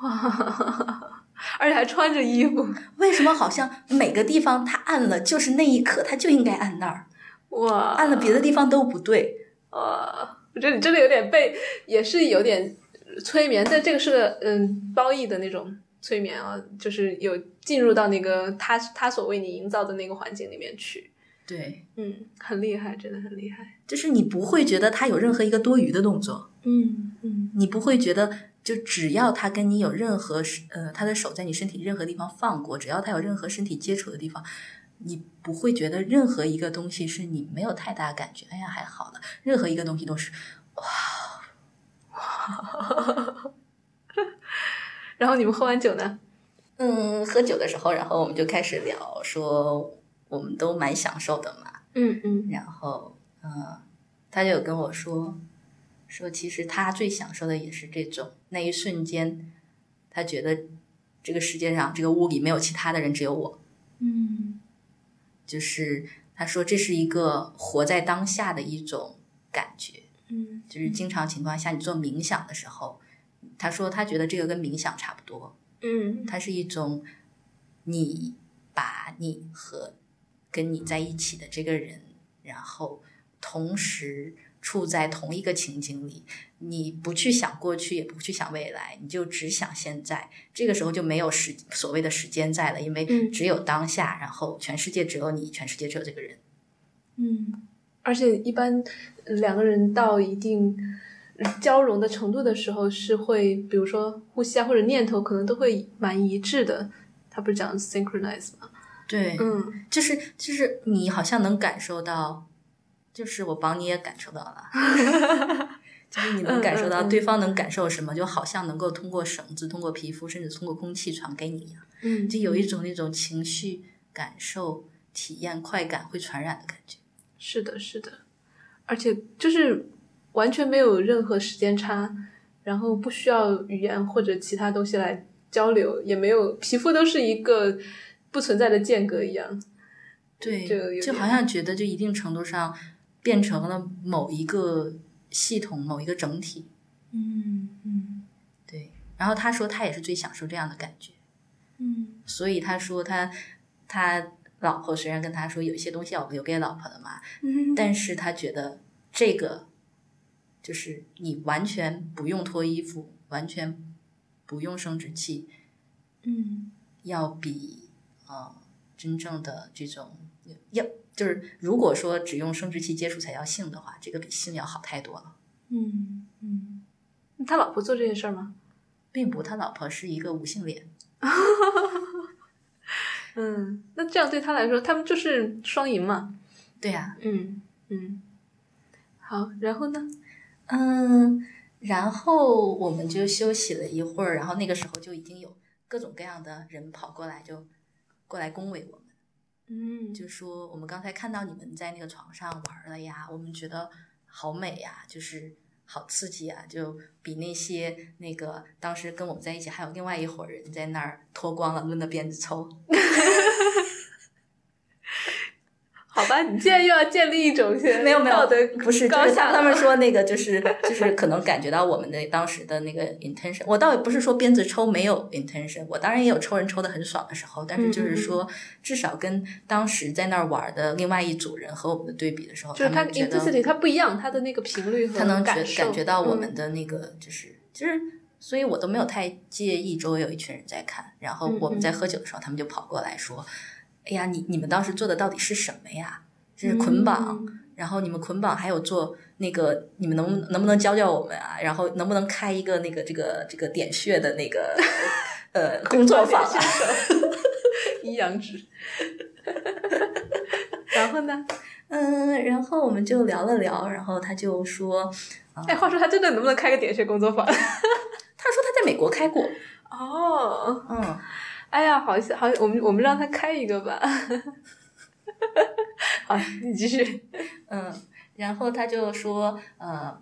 Speaker 2: 哇，而且还穿着衣服，
Speaker 3: 为什么好像每个地方它按了就是那一刻，它就应该按那儿，
Speaker 2: 哇，
Speaker 3: 按了别的地方都不对？
Speaker 2: 哇，我觉得你真的有点被，也是有点催眠，但这个是个嗯褒义的那种催眠啊，就是有进入到那个他他所为你营造的那个环境里面去，
Speaker 3: 对，
Speaker 2: 嗯，很厉害，真的很厉害，
Speaker 3: 就是你不会觉得它有任何一个多余的动作，
Speaker 2: 嗯嗯
Speaker 3: 你不会觉得就只要他跟你有任何是呃他的手在你身体任何地方放过，只要他有任何身体接触的地方，你不会觉得任何一个东西是你没有太大感觉，哎呀还好了，任何一个东西都是
Speaker 2: 然后你们喝完酒呢？
Speaker 3: 嗯喝酒的时候，然后我们就开始聊说我们都蛮享受的嘛，
Speaker 2: 嗯嗯
Speaker 3: 然后嗯、呃他就有跟我说说其实他最享受的也是这种那一瞬间，他觉得这个世界上这个屋里没有其他的人，只有我。
Speaker 2: 嗯
Speaker 3: 就是他说这是一个活在当下的一种感觉，
Speaker 2: 嗯
Speaker 3: 就是经常情况下你做冥想的时候，他说他觉得这个跟冥想差不多，
Speaker 2: 嗯
Speaker 3: 它是一种你把你和跟你在一起的这个人，然后同时处在同一个情景里，你不去想过去，也不去想未来，你就只想现在。这个时候就没有时所谓的时间在了，因为
Speaker 2: 嗯
Speaker 3: 只有当下，然后全世界只有你，全世界只有这个人。
Speaker 2: 嗯，而且一般呃两个人到一定呃交融的程度的时候，是会比如说呼吸啊，或者念头可能都会蛮一致的。他不是讲 synchronize 吗？
Speaker 3: 对，
Speaker 2: 嗯，
Speaker 3: 就是就是你好像能感受到，就是我帮你也感受 到了，就是你能感受到
Speaker 2: 嗯嗯嗯
Speaker 3: 对方能感受什么，就好像能够通过绳子、通过皮肤，甚至通过空气传给你一样，
Speaker 2: 嗯
Speaker 3: 就有一种那种情绪感受、体验、快感会传染的感觉。
Speaker 2: 是的，是的，而且就是完全没有任何时间差，然后不需要语言或者其他东西来交流，也没有皮肤都是一个不存在的间隔一样。这个有
Speaker 3: 对，就
Speaker 2: 点
Speaker 3: 好像觉得就一定程度上变成了某一个系统、某一个整体。
Speaker 2: 嗯嗯
Speaker 3: 对，然后他说他也是最享受这样的感觉。
Speaker 2: 嗯
Speaker 3: 所以他说他他老婆虽然跟他说有些东西要留给老婆的嘛，
Speaker 2: 嗯
Speaker 3: 但是他觉得这个就是你完全不用脱衣服，完全不用生殖器，
Speaker 2: 嗯
Speaker 3: 要比呃真正的这种要就是如果说只用生殖器接触才叫性的话，这个比性要好太多了。
Speaker 2: 嗯嗯，他老婆做这件事儿吗？
Speaker 3: 并不，他老婆是一个无性恋，
Speaker 2: 嗯，那这样对他来说，他们就是双赢嘛。
Speaker 3: 对啊呀、
Speaker 2: 嗯嗯，好，然后呢？
Speaker 3: 嗯，然后我们就休息了一会儿，然后那个时候就已经有各种各样的人跑过来，就过来恭维我们，
Speaker 2: 嗯
Speaker 3: 就说我们刚才看到你们在那个床上玩了呀，我们觉得好美呀，就是好刺激啊，就比那些那个当时跟我们在一起还有另外一伙人在那儿脱光了抡着鞭子抽，
Speaker 2: 好吧，你现在又要建立一种
Speaker 3: 没有没有
Speaker 2: 道德
Speaker 3: 不是，就
Speaker 2: 高
Speaker 3: 是
Speaker 2: 下
Speaker 3: 像他
Speaker 2: 了
Speaker 3: 们说那个，就是就是可能感觉到我们的当时的那个 intention。我倒也不是说鞭子抽没有 intention，我当然也有抽人抽的很爽的时候，但是
Speaker 2: 嗯
Speaker 3: 就是说，至少跟当时在那儿玩的另外一组人和我们的对比的时候，
Speaker 2: 就是它
Speaker 3: 他们觉得
Speaker 2: intensity 它不一样，它的那个频率和
Speaker 3: 他能觉
Speaker 2: 感受
Speaker 3: 感觉到我们
Speaker 2: 嗯
Speaker 3: 的那个就是就是，所以我都没有太介意周围有一群人在看，然后我
Speaker 2: 嗯
Speaker 3: 们在喝酒的时候，他们就跑过来说：“哎呀，你你们当时做的到底是什么呀？
Speaker 2: 嗯
Speaker 3: 这是捆绑。然后你们捆绑还有做那个，你们能不能不能教教我们啊？然后能不能开一个那个这个这个点穴的那 个呃工作坊啊？
Speaker 2: 阴阳指。然后呢？
Speaker 3: 嗯，然后我们就聊了聊，然后他就说，
Speaker 2: 哎，话说他真的能不能开个点穴工作坊？
Speaker 3: 他说他在美国开过，
Speaker 2: 哦，
Speaker 3: 嗯，
Speaker 2: 哎呀，好像好，我们我们让他开一个 吧。好，你继续。
Speaker 3: 嗯，然后他就说，呃，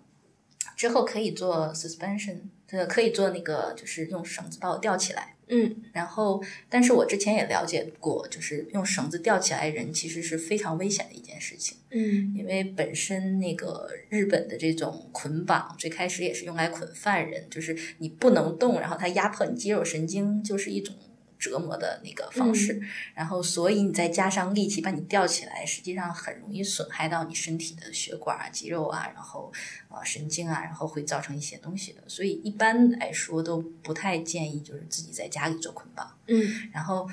Speaker 3: 之后可以做 suspension，呃，可以做那个，就是用绳子把我吊起来。
Speaker 2: 嗯
Speaker 3: 然后，但是我之前也了解过，就是用绳子吊起来人其实是非常危险的一件事情，
Speaker 2: 嗯
Speaker 3: 因为本身那个日本的这种捆绑最开始也是用来捆犯人，就是你不能动，然后它压迫你肌肉神经，就是一种折磨的那个方式。
Speaker 2: 嗯
Speaker 3: 然后，所以你再加上力气把你吊起来，实际上很容易损害到你身体的血管啊、肌肉啊，然后啊、呃神经啊，然后会造成一些东西的。所以一般来说都不太建议就是自己在家里做捆绑。
Speaker 2: 嗯
Speaker 3: 然后，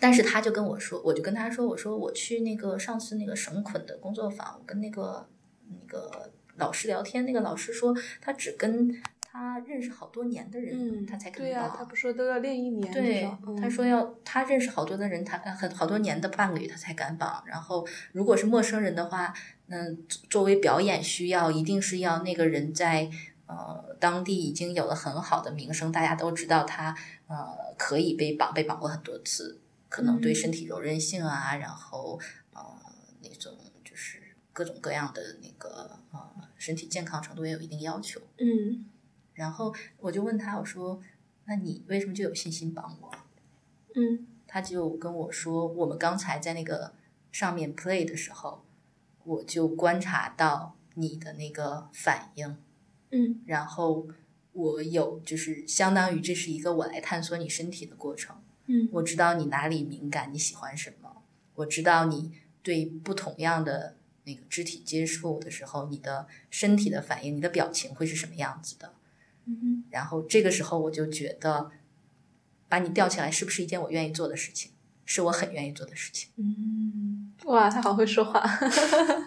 Speaker 3: 但是他就跟我说，我就跟他说，我说我去那个上次那个绳捆的工作坊，我跟那个那个老师聊天，那个老师说他只跟他认识好多年的人，
Speaker 2: 嗯，
Speaker 3: 他才跟
Speaker 2: 对
Speaker 3: 到。
Speaker 2: 呀，他不说都要练一年至
Speaker 3: 对
Speaker 2: 少，嗯
Speaker 3: 他说要他认识好多的人，他呃很好多年的伴侣，他才敢绑。然后如果是陌生人的话，嗯，作作为表演需要，一定是要那个人在呃当地已经有了很好的名声，大家都知道他呃可以被绑，被绑过很多次，可能对
Speaker 2: 嗯
Speaker 3: 身体柔韧性啊，然后呃那种就是各种各样的那个呃身体健康程度也有一定要求。
Speaker 2: 嗯
Speaker 3: 然后我就问他，我说：“那你为什么就有信心绑我？”
Speaker 2: 嗯
Speaker 3: 他就跟我说，我们刚才在那个上面 play 的时候，我就观察到你的那个反应，
Speaker 2: 嗯
Speaker 3: 然后我有就是相当于这是一个我来探索你身体的过程，
Speaker 2: 嗯
Speaker 3: 我知道你哪里敏感，你喜欢什么，我知道你对不同样的那个肢体接触的时候，你的身体的反应、你的表情会是什么样子的。
Speaker 2: 嗯
Speaker 3: 然后这个时候我就觉得，把你吊起来是不是一件我愿意做的事情？是我很愿意做的事情。
Speaker 2: 嗯，哇，他好会说话，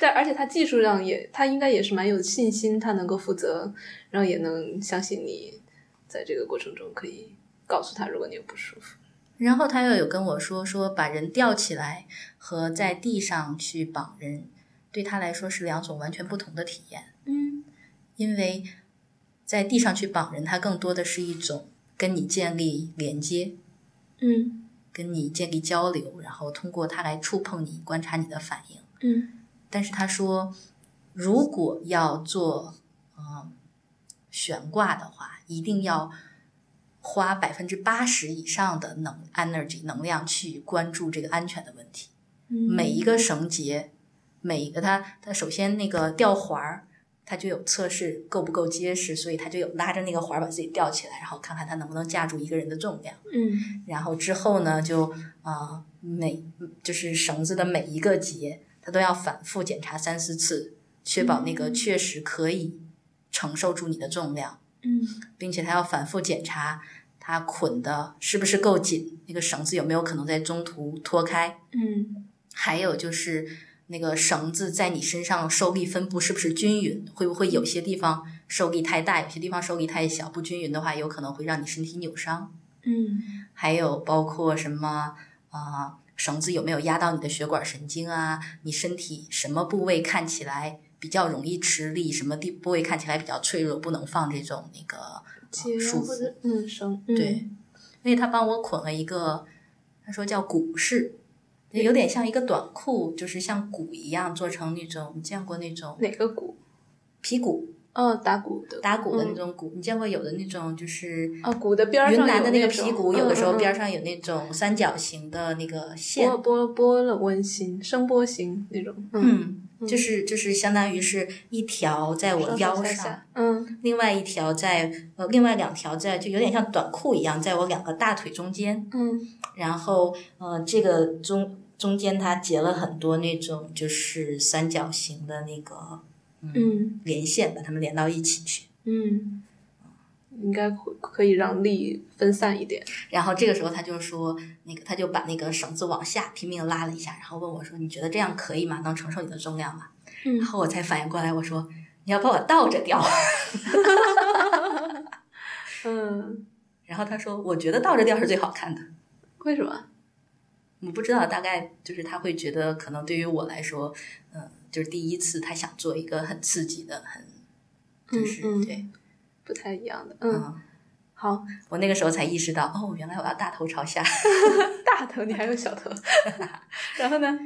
Speaker 2: 但而且他技术上也，他应该也是蛮有信心，他能够负责，然后也能相信你，在这个过程中可以告诉他，如果你有不舒服。
Speaker 3: 然后他又有跟我说，说把人吊起来和在地上去绑人，对他来说是两种完全不同的体验。
Speaker 2: 嗯
Speaker 3: 因为在地上去绑人，它更多的是一种跟你建立连接，
Speaker 2: 嗯
Speaker 3: 跟你建立交流，然后通过它来触碰你，观察你的反应。
Speaker 2: 嗯
Speaker 3: 但是他说，如果要做嗯悬挂的话，一定要花百分之八十以上的能 energy 能量去关注这个安全的问题。每一个绳结，每一个它它首先那个吊环儿，它就有测试够不够结实，所以它就有拉着那个环儿把自己吊起来，然后看看它能不能架住一个人的重量。
Speaker 2: 嗯
Speaker 3: 然后之后呢，就啊、呃每就是绳子的每一个结，它都要反复检查三四次，确保那个确实可以承受住你的重量，
Speaker 2: 嗯
Speaker 3: 并且它要反复检查它捆的是不是够紧，那个绳子有没有可能在中途脱开，
Speaker 2: 嗯
Speaker 3: 还有就是那个绳子在你身上受力分布是不是均匀，会不会有些地方受力太大，有些地方受力太小，不均匀的话，有可能会让你身体扭伤。
Speaker 2: 嗯
Speaker 3: 还有包括什么啊、呃绳子有没有压到你的血管神经啊？你身体什么部位看起来比较容易吃力？什么地部位看起来比较脆弱，不能放这种那个
Speaker 2: 结
Speaker 3: 呃束
Speaker 2: 或
Speaker 3: 缚？
Speaker 2: 者嗯绳
Speaker 3: 对，因为他帮我捆了一个，他说叫鼓式。有点像一个短裤，就是像鼓一样做成那种，你见过那种
Speaker 2: 哪个鼓？
Speaker 3: 皮鼓
Speaker 2: 哦，打鼓的
Speaker 3: 打鼓的那
Speaker 2: 嗯
Speaker 3: 种鼓？你见过有的那种就是
Speaker 2: 哦，鼓的边儿
Speaker 3: 云
Speaker 2: 上
Speaker 3: 南的
Speaker 2: 那嗯
Speaker 3: 那个皮鼓，有的时候边
Speaker 2: 上
Speaker 3: 上有那种三角形的那个线，
Speaker 2: 波波波了温馨声波形那种，
Speaker 3: 嗯，就是就是相当于是一条在我嗯腰
Speaker 2: 上
Speaker 3: 上，
Speaker 2: 下下，嗯
Speaker 3: 另外一条在呃，另外两条在就有点像短裤一样，在我两个大腿中间，
Speaker 2: 嗯
Speaker 3: 然后呃，这个中中间它结了很多那种就是三角形的那个
Speaker 2: 嗯
Speaker 3: 连线，把它们连到一起去。
Speaker 2: 嗯，应该会可以让力分散一点，
Speaker 3: 然后这个时候他就说，那个他就把那个绳子往下拼命拉了一下，然后问我说：“你觉得这样可以吗？能承受你的重量吗？”
Speaker 2: 嗯
Speaker 3: 然后我才反应过来，我说：“你要把我倒着吊。”
Speaker 2: 嗯，
Speaker 3: 然后他说：“我觉得倒着吊是最好看的。
Speaker 2: 为什么？”
Speaker 3: 我不知道，大概就是他会觉得，可能对于我来说，嗯、就是第一次，他想做一个很刺激的，很就是、
Speaker 2: 嗯嗯
Speaker 3: 对，
Speaker 2: 不太一样的，嗯，好，
Speaker 3: 我那个时候才意识到，哦，原来我要大头朝下。
Speaker 2: 大头你还有小头，然后呢？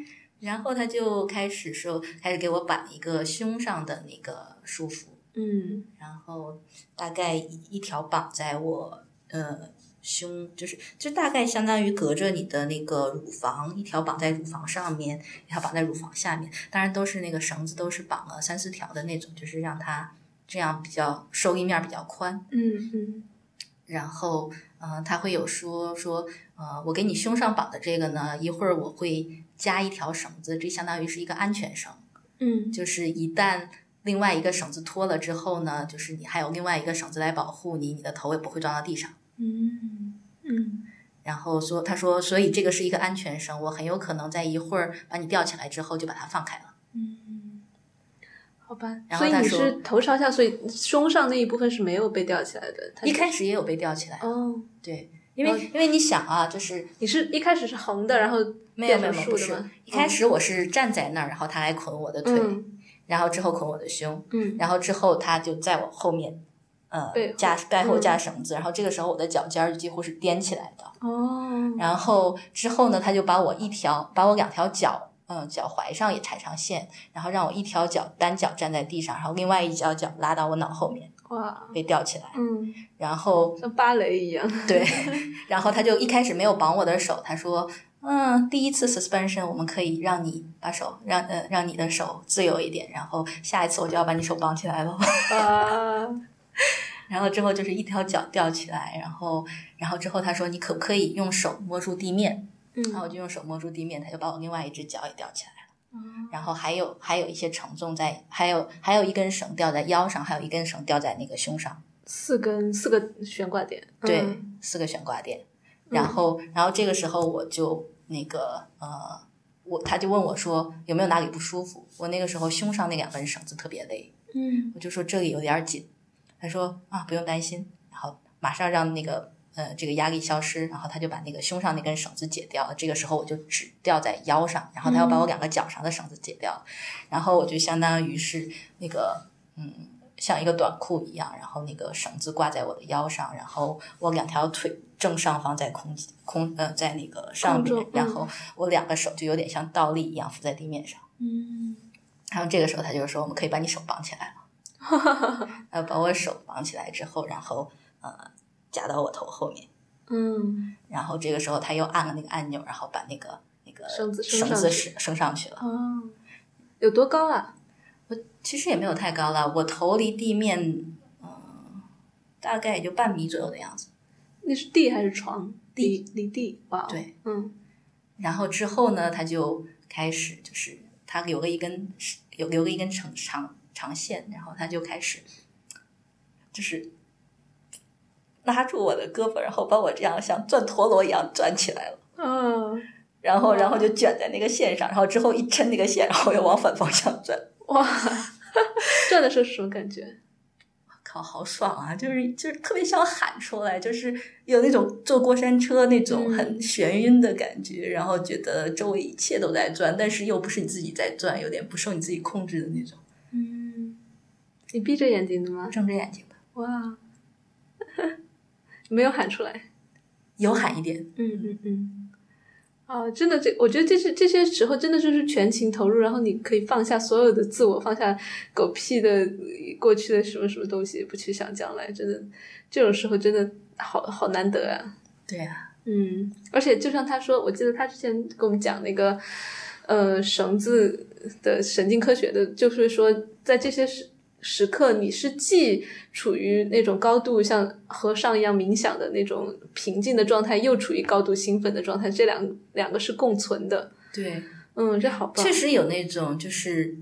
Speaker 3: 然后他就开始说，开始给我绑一个胸上的那个束缚，
Speaker 2: 嗯
Speaker 3: 然后大概一一条绑在我呃胸，就是就大概相当于隔着你的那个乳房，一条绑在乳房上面，一条绑在乳房下面。当然都是那个绳子都是绑了三四条的那种，就是让它这样比较受力面比较宽。
Speaker 2: 嗯嗯
Speaker 3: 然后，嗯、呃，他会有说说，呃，我给你胸上绑的这个呢，一会儿我会加一条绳子，这相当于是一个安全绳。
Speaker 2: 嗯
Speaker 3: 就是一旦另外一个绳子脱了之后呢，就是你还有另外一个绳子来保护你，你的头也不会撞到地上。
Speaker 2: 嗯嗯
Speaker 3: 然后说，他说，所以这个是一个安全绳，我很有可能在一会儿把你吊起来之后就把它放开了。
Speaker 2: 嗯，好吧，
Speaker 3: 然后
Speaker 2: 所以
Speaker 3: 他
Speaker 2: 你
Speaker 3: 说
Speaker 2: 是头朝下，所以胸上那一部分是没有被吊起来的，它
Speaker 3: 一开始也有被吊起来，
Speaker 2: 哦，
Speaker 3: 对，因
Speaker 2: 哦
Speaker 3: 为因为你想啊，就是
Speaker 2: 你是一开始是横的，然后
Speaker 3: 没有
Speaker 2: 变
Speaker 3: 没
Speaker 2: 成
Speaker 3: 有没有
Speaker 2: 竖
Speaker 3: 不
Speaker 2: 的
Speaker 3: 是
Speaker 2: 吗，
Speaker 3: 一开始我是站在那儿，然后他来捆我的腿，
Speaker 2: 嗯
Speaker 3: 然后之后捆我的胸，
Speaker 2: 嗯
Speaker 3: 然后之后他就在我后面，呃
Speaker 2: 背后，
Speaker 3: 架背后
Speaker 2: 嗯
Speaker 3: 架绳子，然后这个时候我的脚尖儿几乎是踮起来的，
Speaker 2: 哦，
Speaker 3: 然后之后呢，他就把我一条，把我两条脚，嗯，脚踝上也缠上线，然后让我一条脚单脚站在地上，然后另外一条脚拉到我脑后面
Speaker 2: 哇，
Speaker 3: 被吊起来。
Speaker 2: 嗯，
Speaker 3: 然后
Speaker 2: 像芭蕾一 样，
Speaker 3: 对，然后他就一开始没有绑我的手，他说，嗯，第一次 suspension 我们可以让你把手让呃让你的手自由一点，然后下一次我就要把你手绑起来了。
Speaker 2: 啊，
Speaker 3: 然后之后就是一条脚吊起来，然后然后之后他说你可不可以用手摸住地面？然后
Speaker 2: 嗯，
Speaker 3: 我就用手摸住地面，他就把我另外一只脚也吊起来。
Speaker 2: 哦
Speaker 3: 然后还有还有一些承重在，还有还有一根绳吊在腰上，还有一根绳吊在那个胸上，
Speaker 2: 四根四个悬挂点，
Speaker 3: 对，
Speaker 2: 嗯
Speaker 3: 四个悬挂点。然后然后这个时候我就那个呃，我他就问我说有没有哪里不舒服？我那个时候胸上那两根绳子特别勒，
Speaker 2: 嗯
Speaker 3: 我就说这里有点儿紧，他说啊不用担心，然后马上让那个呃这个压力消失，然后他就把那个胸上那根绳子解掉了。这个时候我就只吊在腰上，然后他要
Speaker 2: 嗯
Speaker 3: 把我两个脚上的绳子解掉，然后我就相当于是那个嗯像一个短裤一样，然后那个绳子挂在我的腰上，然后我两条腿正上方在空空呃在那个上
Speaker 2: 空
Speaker 3: 面
Speaker 2: 中，
Speaker 3: 然
Speaker 2: 嗯
Speaker 3: 后我两个手就有点像倒立一样浮在地面上。
Speaker 2: 嗯，
Speaker 3: 然后这个时候他就说，我们可以把你手绑起来了，呃，把我手绑起来之后，然后呃夹到我头后面，
Speaker 2: 嗯
Speaker 3: 然后这个时候他又按了那个按钮，然后把那个那个
Speaker 2: 绳子升
Speaker 3: 绳
Speaker 2: 上
Speaker 3: 子
Speaker 2: 去
Speaker 3: 升升上去了。
Speaker 2: 哦，有多高啊？
Speaker 3: 其实也没有太高了，我头离地面嗯、大概也就半米左右的样子。
Speaker 2: 那是地还是床？地离地哇哦，
Speaker 3: 对，
Speaker 2: 嗯
Speaker 3: 然后之后呢，他就开始就是他留了一根有留了一根长长长线，然后他就开始就是拉住我的胳膊，然后把我这样像转陀螺一样转起来了，
Speaker 2: 嗯，
Speaker 3: 然后然后就卷在那个线上，然后之后一抻那个线，然后又往反方向转。
Speaker 2: 哇， 转的时候是什么感觉？
Speaker 3: 靠，好爽啊！就是就是特别想喊出来，就是有那种坐过山车那种
Speaker 2: 嗯
Speaker 3: 很眩晕的感觉，然后觉得周围一切都在转，但是又不是你自己在转，有点不受你自己控制的那种。
Speaker 2: 嗯，你闭着眼睛的吗？
Speaker 3: 睁着眼睛吧，
Speaker 2: 哇， 没有喊出来。
Speaker 3: 有喊一点，
Speaker 2: 嗯嗯嗯，啊，真的，这我觉得这是这些时候真的就是全情投入，然后你可以放下所有的自我，放下狗屁的呃过去的什么什么东西，不去想将来，真的这种时候真的好好难得啊。
Speaker 3: 对啊，
Speaker 2: 嗯，而且就像他说，我记得他之前跟我们讲那个，呃，绳子的神经科学的，就是说在这些时时刻，你是既处于那种高度像和尚一样冥想的那种平静的状态，又处于高度兴奋的状态，这两两个是共存的。
Speaker 3: 对，
Speaker 2: 嗯，这好棒。
Speaker 3: 确实有那种，就是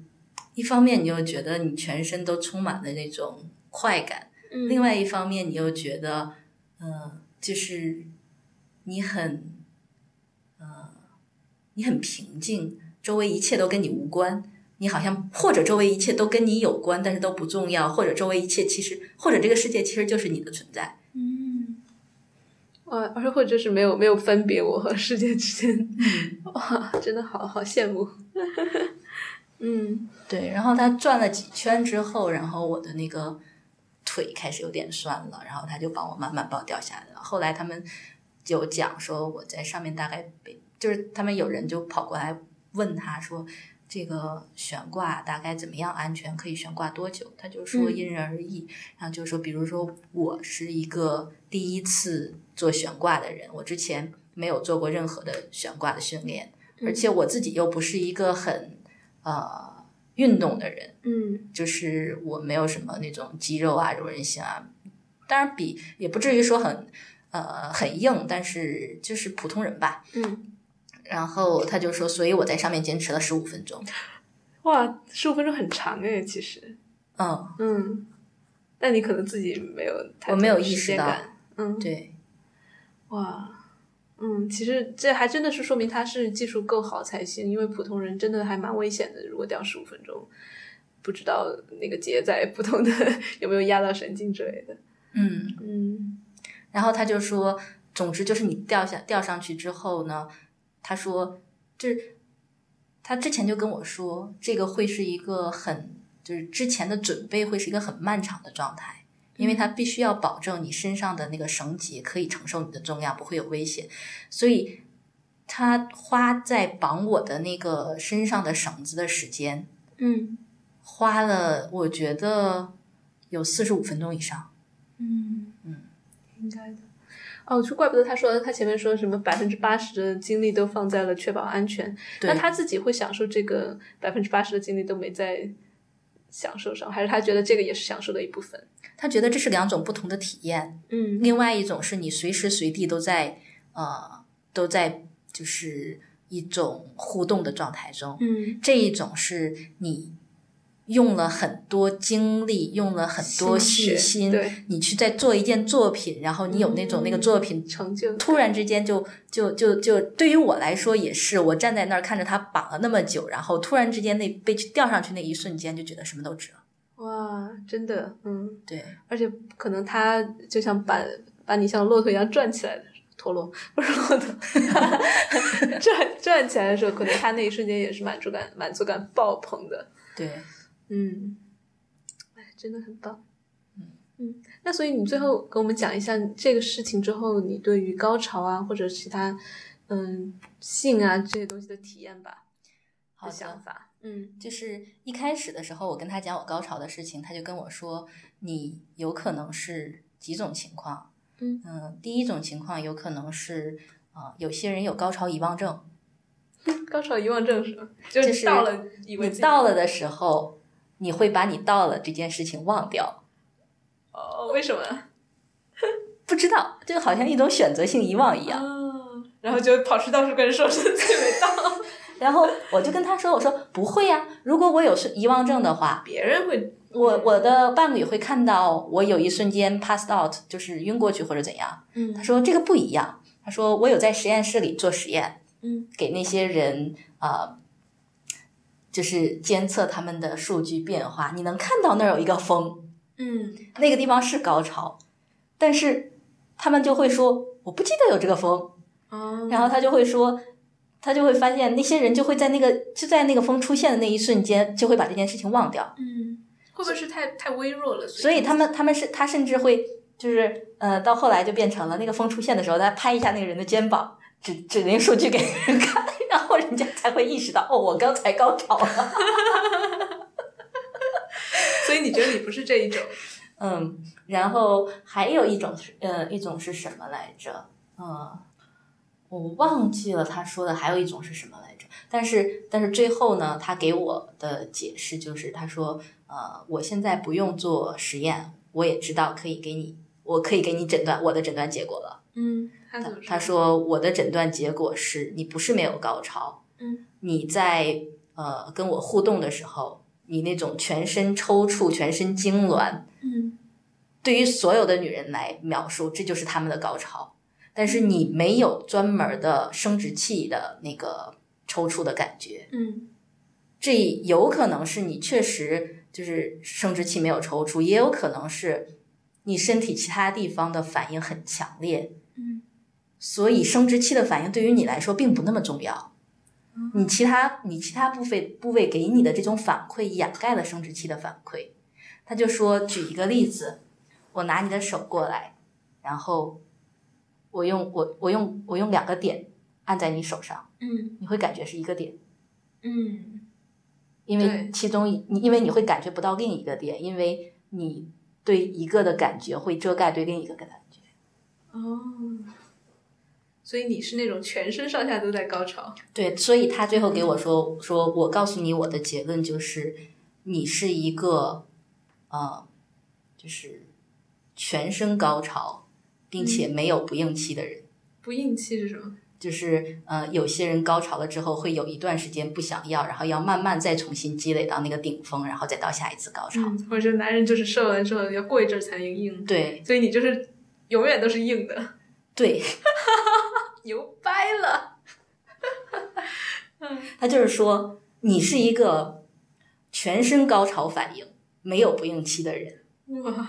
Speaker 3: 一方面你又觉得你全身都充满了那种快感，
Speaker 2: 嗯
Speaker 3: 另外一方面你又觉得，呃，就是你很，呃，你很平静，周围一切都跟你无关。你好像或者周围一切都跟你有关，但是都不重要，或者周围一切其实，或者这个世界其实就是你的存在。
Speaker 2: 嗯，哇，而且或者是没有没有分别我和世界之间， 哇，真的好好羡慕。 嗯
Speaker 3: 对，然后他转了几圈之后，然后我的那个腿开始有点酸了，然后他就帮我慢慢帮我掉下来了。后来他们有讲说我在上面大概被，就是他们有人就跑过来问他说。这个悬挂大概怎么样安全？可以悬挂多久？他就说
Speaker 2: 嗯
Speaker 3: 因人而异，然后就说，比如说我是一个第一次做悬挂的人，我之前没有做过任何的悬挂的训练，而且我自己又不是一个很呃运动的人，
Speaker 2: 嗯。
Speaker 3: 就是我没有什么那种肌肉啊、柔韧性啊，当然比也不至于说很呃很硬，但是就是普通人吧。
Speaker 2: 嗯，
Speaker 3: 然后他就说，所以我在上面坚持了十五分钟。
Speaker 2: 哇，十五分钟很长哎，其实，
Speaker 3: 嗯，
Speaker 2: 嗯，但你可能自己没有太
Speaker 3: 我没有
Speaker 2: 多的
Speaker 3: 意
Speaker 2: 时
Speaker 3: 识
Speaker 2: 间
Speaker 3: 到
Speaker 2: 感，嗯，
Speaker 3: 对，
Speaker 2: 哇，嗯，其实这还真的是说明他是技术够好才行，因为普通人真的还蛮危险的，如果掉十五分钟，不知道那个结在普通的 有没有压到神经之类的，
Speaker 3: 嗯，
Speaker 2: 嗯
Speaker 3: 然后他就说，总之就是你掉下掉上去之后呢，他说，就是他之前就跟我说，这个会是一个很就是之前的准备会是一个很漫长的状态。因为
Speaker 2: 嗯
Speaker 3: 他必须要保证你身上的那个绳结可以承受你的重量，不会有危险，所以他花在绑我的那个身上的绳子的时间，
Speaker 2: 嗯
Speaker 3: 花了我觉得有四十五分钟以上。
Speaker 2: 嗯
Speaker 3: 嗯，
Speaker 2: 应该的。哦，就怪不得他说他前面说什么百分之八十的精力都放在了确保安全，
Speaker 3: 对
Speaker 2: 那他自己会享受这个百分之八十的精力都没在享受上，还是他觉得这个也是享受的一部分？
Speaker 3: 他觉得这是两种不同的体验，
Speaker 2: 嗯
Speaker 3: 另外一种是你随时随地都在呃都在就是一一种互动的状态中。
Speaker 2: 嗯，
Speaker 3: 这一种是你用了很多精力，用了很多细
Speaker 2: 血
Speaker 3: 心，
Speaker 2: 对
Speaker 3: 你去在做一件作品，然后你有那种那个作品
Speaker 2: 成就，
Speaker 3: 突然之间就就就就对于我来说也是，我站在那儿看着他绑了那么久，然后突然之间那被吊上去那一瞬间，就觉得什么都值了。
Speaker 2: 哇，真的，嗯，
Speaker 3: 对，
Speaker 2: 而且可能他就像把把你像骆驼一样转起来的。陀螺不是骆驼，转转起来的时候，可能他那一瞬间也是满足感，满足感爆棚的。
Speaker 3: 对，
Speaker 2: 嗯，哎，真的很棒。嗯，那所以你最后给我们讲一下这个事情之后，你对于高潮啊或者其他嗯性啊这些东西的体验吧，
Speaker 3: 好的
Speaker 2: 想法。嗯
Speaker 3: 就是一开始的时候，我跟他讲我高潮的事情，他就跟我说，你有可能是几种情况。
Speaker 2: 嗯
Speaker 3: 嗯，第一种情况有可能是啊、呃有些人有高潮遗忘症，
Speaker 2: 高潮遗忘症是吗？就
Speaker 3: 就是
Speaker 2: 到了以为
Speaker 3: 你
Speaker 2: 自己
Speaker 3: 到了的时候，你会把你到了这件事情忘掉，
Speaker 2: 哦，为什么啊？
Speaker 3: 不知道，就好像一种选择性遗忘一样。
Speaker 2: 哦然后就跑去到处跟人说是自己没到，
Speaker 3: 然后我就跟他说：“我说不会呀、如果我有是遗忘症的话，
Speaker 2: 别人会
Speaker 3: 我我的伴侣会看到我有一瞬间 passed out，就是晕过去或者怎样。”
Speaker 2: 嗯
Speaker 3: 他说这个不一样。他说我有在实验室里做实验，
Speaker 2: 嗯，
Speaker 3: 给那些人呃，就是监测他们的数据变化。你能看到那儿有一个峰，
Speaker 2: 嗯
Speaker 3: 那个地方是高潮，但是他们就会说我不记得有这个峰，
Speaker 2: 哦，
Speaker 3: 然后他就会说，他就会发现那些人就会在那个就在那个风出现的那一瞬间，就会把这件事情忘掉。
Speaker 2: 嗯，会不会是太太微弱了？
Speaker 3: 所以他们他们是他甚至会就是呃，到后来就变成了那个风出现的时候，他拍一下那个人的肩膀，指指那个数据给人看，然后人家才会意识到哦，我刚才高潮了。
Speaker 2: 所以你觉得你不是这一种？
Speaker 3: 嗯，然后还有一种是呃一种是什么来着？嗯，我忘记了他说的还有一种是什么来着？但是但是最后呢，他给我的解释就是他说呃，我现在不用做实验，我也知道可以给你，我可以给你诊断我的诊断结果了。
Speaker 2: 嗯，他怎么
Speaker 3: 他说我的诊断结果是你不是没有高潮，
Speaker 2: 嗯，
Speaker 3: 你在呃跟我互动的时候，你那种全身抽搐、全身痉挛。
Speaker 2: 嗯
Speaker 3: 对于所有的女人来描述，这就是她们的高潮。但是你没有专门的生殖器的那个抽搐的感觉，
Speaker 2: 嗯
Speaker 3: 这有可能是你确实就是生殖器没有抽搐，也有可能是你身体其他地方的反应很强烈，
Speaker 2: 嗯，
Speaker 3: 所以生殖器的反应对于你来说并不那么重要。你其他你其他部位部位给你的这种反馈掩盖了生殖器的反馈。他就说，举一个例子，我拿你的手过来，然后我用我我用我用两个点按在你手上，
Speaker 2: 嗯
Speaker 3: 你会感觉是一个点，
Speaker 2: 嗯
Speaker 3: 因
Speaker 2: 对
Speaker 3: 为其中一你因为你会感觉不到另一个点，因为你对一个的感觉会遮盖对另一个的感觉。
Speaker 2: 哦，所以你是那种全身上下都在高潮。
Speaker 3: 对，所以他最后给我说说，我告诉你我的结论就是，你是一个，呃，就是全身高潮，并且没有不应期的人。
Speaker 2: 不应期是什么？
Speaker 3: 就是呃，有些人高潮了之后会有一段时间不想要，然后要慢慢再重新积累到那个顶峰，然后再到下一次高潮。
Speaker 2: 嗯，我觉得男人就是射完之后要过一阵儿才能硬，
Speaker 3: 对
Speaker 2: 所以你就是永远都是硬 的，
Speaker 3: 对，
Speaker 2: 牛掰了。
Speaker 3: 他就是说你是一个全身高潮反应没有不应期的人。
Speaker 2: 哇，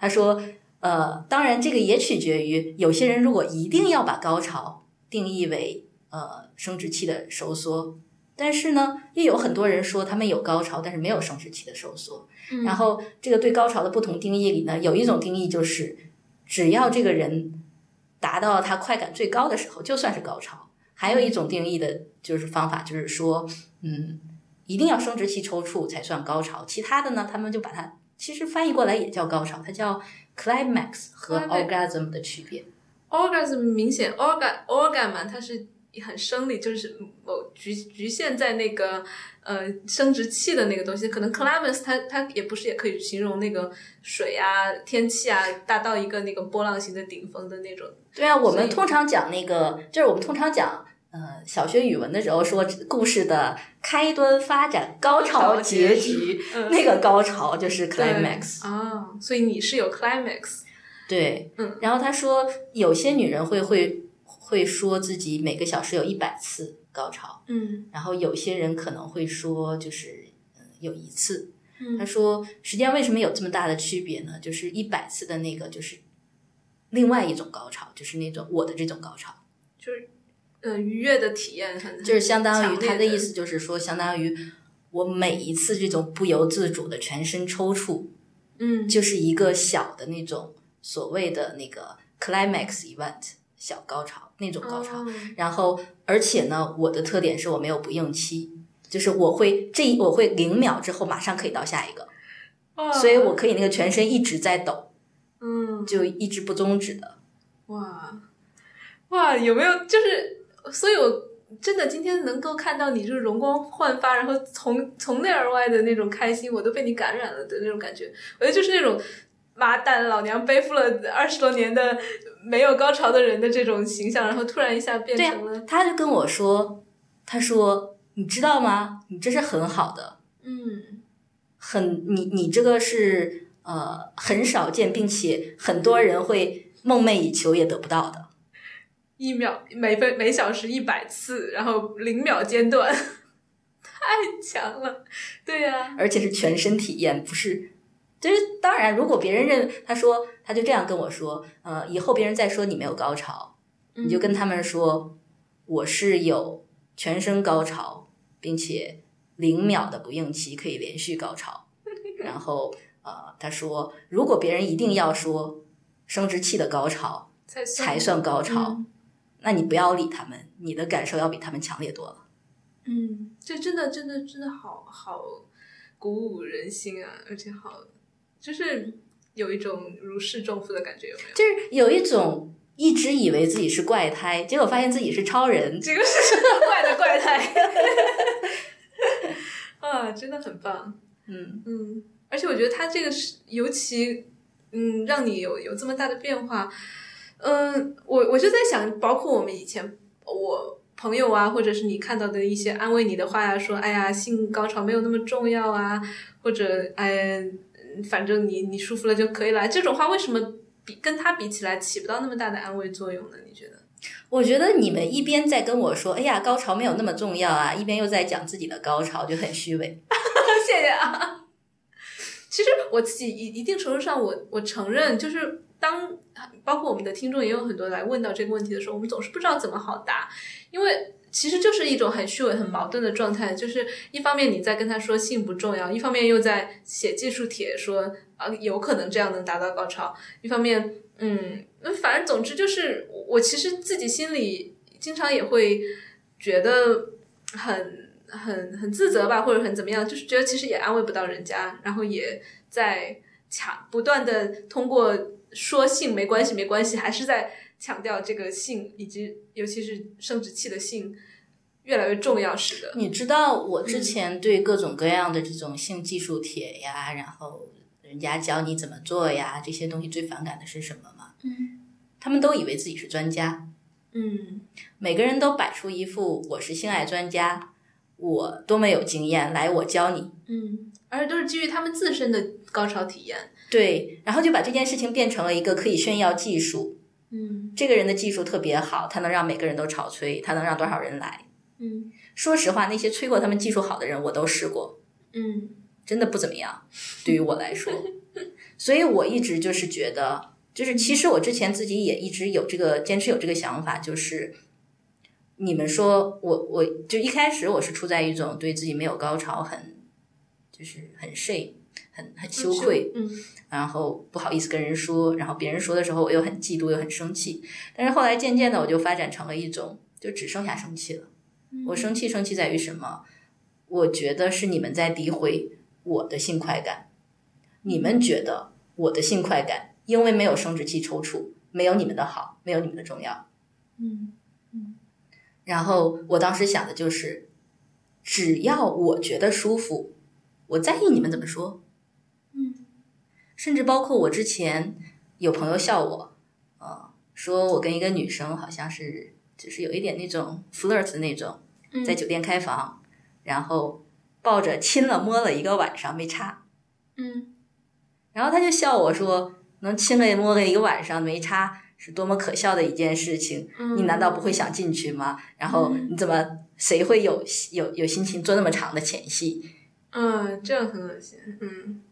Speaker 3: 他说，呃，当然这个也取决于有些人如果一定要把高潮定义为呃生殖器的收缩，但是呢，也有很多人说他们有高潮，但是没有生殖器的收缩。
Speaker 2: 嗯
Speaker 3: 然后这个对高潮的不同定义里呢，有一种定义就是，只要这个人达到他快感最高的时候，就算是高潮。还有一种定义的就是方法，就是说，嗯，一定要生殖器抽搐才算高潮，其他的呢，他们就把它其实翻译过来也叫高潮，它叫 climax 和
Speaker 2: Climax
Speaker 3: orgasm 的区别。
Speaker 2: orgasm 明显 organ organ 嘛，它是很生理，就是某局局限在那个呃生殖器的那个东西。可能 climax 它它也不是也可以形容那个水啊、天气啊达到一个那个波浪形的顶峰的那种。
Speaker 3: 对啊，我
Speaker 2: 所
Speaker 3: 们
Speaker 2: 以
Speaker 3: 通常讲那个，就是我们通常讲，嗯、呃，小学语文的时候说故事的开端、发展、高潮、结局，
Speaker 2: 嗯
Speaker 3: 那个高潮就是 climax。
Speaker 2: 对啊，所以你是有 climax，
Speaker 3: 对，
Speaker 2: 嗯
Speaker 3: 然后他说，有些女人会会会说自己每个小时有一百次高潮，
Speaker 2: 嗯
Speaker 3: 然后有些人可能会说就是嗯有一次。他
Speaker 2: 嗯
Speaker 3: 说，时间为什么有这么大的区别呢？就是一百次的那个就是另外一种高潮，就是那种我的这种高潮，
Speaker 2: 嗯，愉悦的体验很
Speaker 3: 就是相当于
Speaker 2: 强烈
Speaker 3: 他
Speaker 2: 的
Speaker 3: 的意思就是说，相当于我每一次这种不由自主的全身抽搐，
Speaker 2: 嗯
Speaker 3: 就是一个小的那种所谓的那个 climax event 小高潮那种高潮。
Speaker 2: 哦
Speaker 3: 然后，而且呢，我的特点是我没有不应期，就是我会这一我会零秒之后马上可以到下一个，
Speaker 2: 哇
Speaker 3: 所以我可以那个全身一直在抖，
Speaker 2: 嗯
Speaker 3: 就一直不终止的。
Speaker 2: 哇哇有没有就是，所以我。真的，今天能够看到你就是容光焕发，然后从从内而外的那种开心，我都被你感染了的那种感觉。我觉得就是那种妈蛋，老娘背负了二十多年的没有高潮的人的这种形象，然后突然一下变
Speaker 3: 对呀、啊
Speaker 2: 成了，
Speaker 3: 他就跟我说，他说你知道吗？你这是很好的，
Speaker 2: 嗯
Speaker 3: 很你你这个是呃很少见，并且很多人会梦寐以求也得不到的。
Speaker 2: 一秒每分每小时一百次，然后零秒间断， 太强了。对呀、
Speaker 3: 而且是全身体验，不是。就是当然，如果别人认他说，他就这样跟我说，呃，以后别人再说你没有高潮，
Speaker 2: 嗯
Speaker 3: 你就跟他们说，我是有全身高潮，并且零秒的不应期可以连续高潮。然后呃，他说，如果别人一定要说生殖器的高潮
Speaker 2: 才算
Speaker 3: 才算高潮，
Speaker 2: 嗯
Speaker 3: 那你不要理他们，你的感受要比他们强烈多了。
Speaker 2: 嗯，这真的真的真的好好鼓舞人心啊，而且好就是有一种如释重负的感觉，有没有？
Speaker 3: 就是有一种一直以为自己是怪胎，结果发现自己是超人，
Speaker 2: 这个是什么怪的怪胎？ 啊，真的很棒。
Speaker 3: 嗯，
Speaker 2: 嗯，而且我觉得他这个是尤其，嗯，让你有有这么大的变化。嗯，我我就在想，包括我们以前我朋友啊，或者是你看到的一些安慰你的话呀、说哎呀，性高潮没有那么重要啊，或者哎，嗯反正你你舒服了就可以了，啊这种话为什么比跟他比起来起不到那么大的安慰作用呢？你觉得？
Speaker 3: 我觉得你们一边在跟我说，哎呀，高潮没有那么重要啊，一边又在讲自己的高潮，就很虚伪。
Speaker 2: 谢谢啊。其实我自己一一定程度上我，我承认，就是当包括我们的听众也有很多来问到这个问题的时候，我们总是不知道怎么好答，因为其实就是一种很虚伪、很矛盾的状态，就是一方面你在跟他说性不重要，一方面又在写技术帖说啊有可能这样能达到高潮，一方面嗯，那反正总之就是我我其实自己心里经常也会觉得很很很自责吧，或者很怎么样，就是觉得其实也安慰不到人家，然后也在强不断的通过说性没关系没关系，还是在强调这个性以及尤其是生殖器的性越来越重要似的。
Speaker 3: 你知道我
Speaker 2: 嗯
Speaker 3: 之前对各种各样的这种性技术帖呀，然后人家教你怎么做呀，这些东西最反感的是什么吗？
Speaker 2: 嗯
Speaker 3: 他们都以为自己是专家，
Speaker 2: 嗯
Speaker 3: 每个人都摆出一副我是性爱专家，我多么有经验，来我教你。
Speaker 2: 嗯，而且都是基于他们自身的高潮体验。
Speaker 3: 对，然后就把这件事情变成了一个可以炫耀技术。
Speaker 2: 嗯
Speaker 3: 这个人的技术特别好，他能让每个人都潮吹，他能让多少人来。
Speaker 2: 嗯
Speaker 3: 说实话，那些吹过他们技术好的人，我都试过，
Speaker 2: 嗯
Speaker 3: 真的不怎么样，对于我来说。所以我一直就是觉得，就是其实我之前自己也一直有这个坚持有这个想法，就是你们说我我就一开始我是处在一种对自己没有高潮很就是很 shame 很很羞愧，
Speaker 2: 嗯
Speaker 3: 然后不好意思跟人说，然后别人说的时候我又很嫉妒又很生气，但是后来渐渐的我就发展成了一种就只剩下生气了。
Speaker 2: 嗯
Speaker 3: 我生气生气在于什么？我觉得是你们在诋毁我的性快感，你们觉得我的性快感因为没有生殖器抽搐，没有你们的好，没有你们的重要。
Speaker 2: 嗯
Speaker 3: 然后我当时想的就是，只要我觉得舒服，我在意你们怎么说。
Speaker 2: 嗯
Speaker 3: 甚至包括我之前有朋友笑我，呃，说我跟一个女生好像是就是有一点那种 flirt 的那种，
Speaker 2: 嗯
Speaker 3: 在酒店开房，然后抱着亲了摸了一个晚上没插，
Speaker 2: 嗯，
Speaker 3: 然后他就笑我说，能亲了摸了一个晚上没插是多么可笑的一件事情，
Speaker 2: 嗯
Speaker 3: 你难道不会想进去吗？然后你怎么谁会有有有心情做那么长的前戏？
Speaker 2: 嗯，这样很恶心，嗯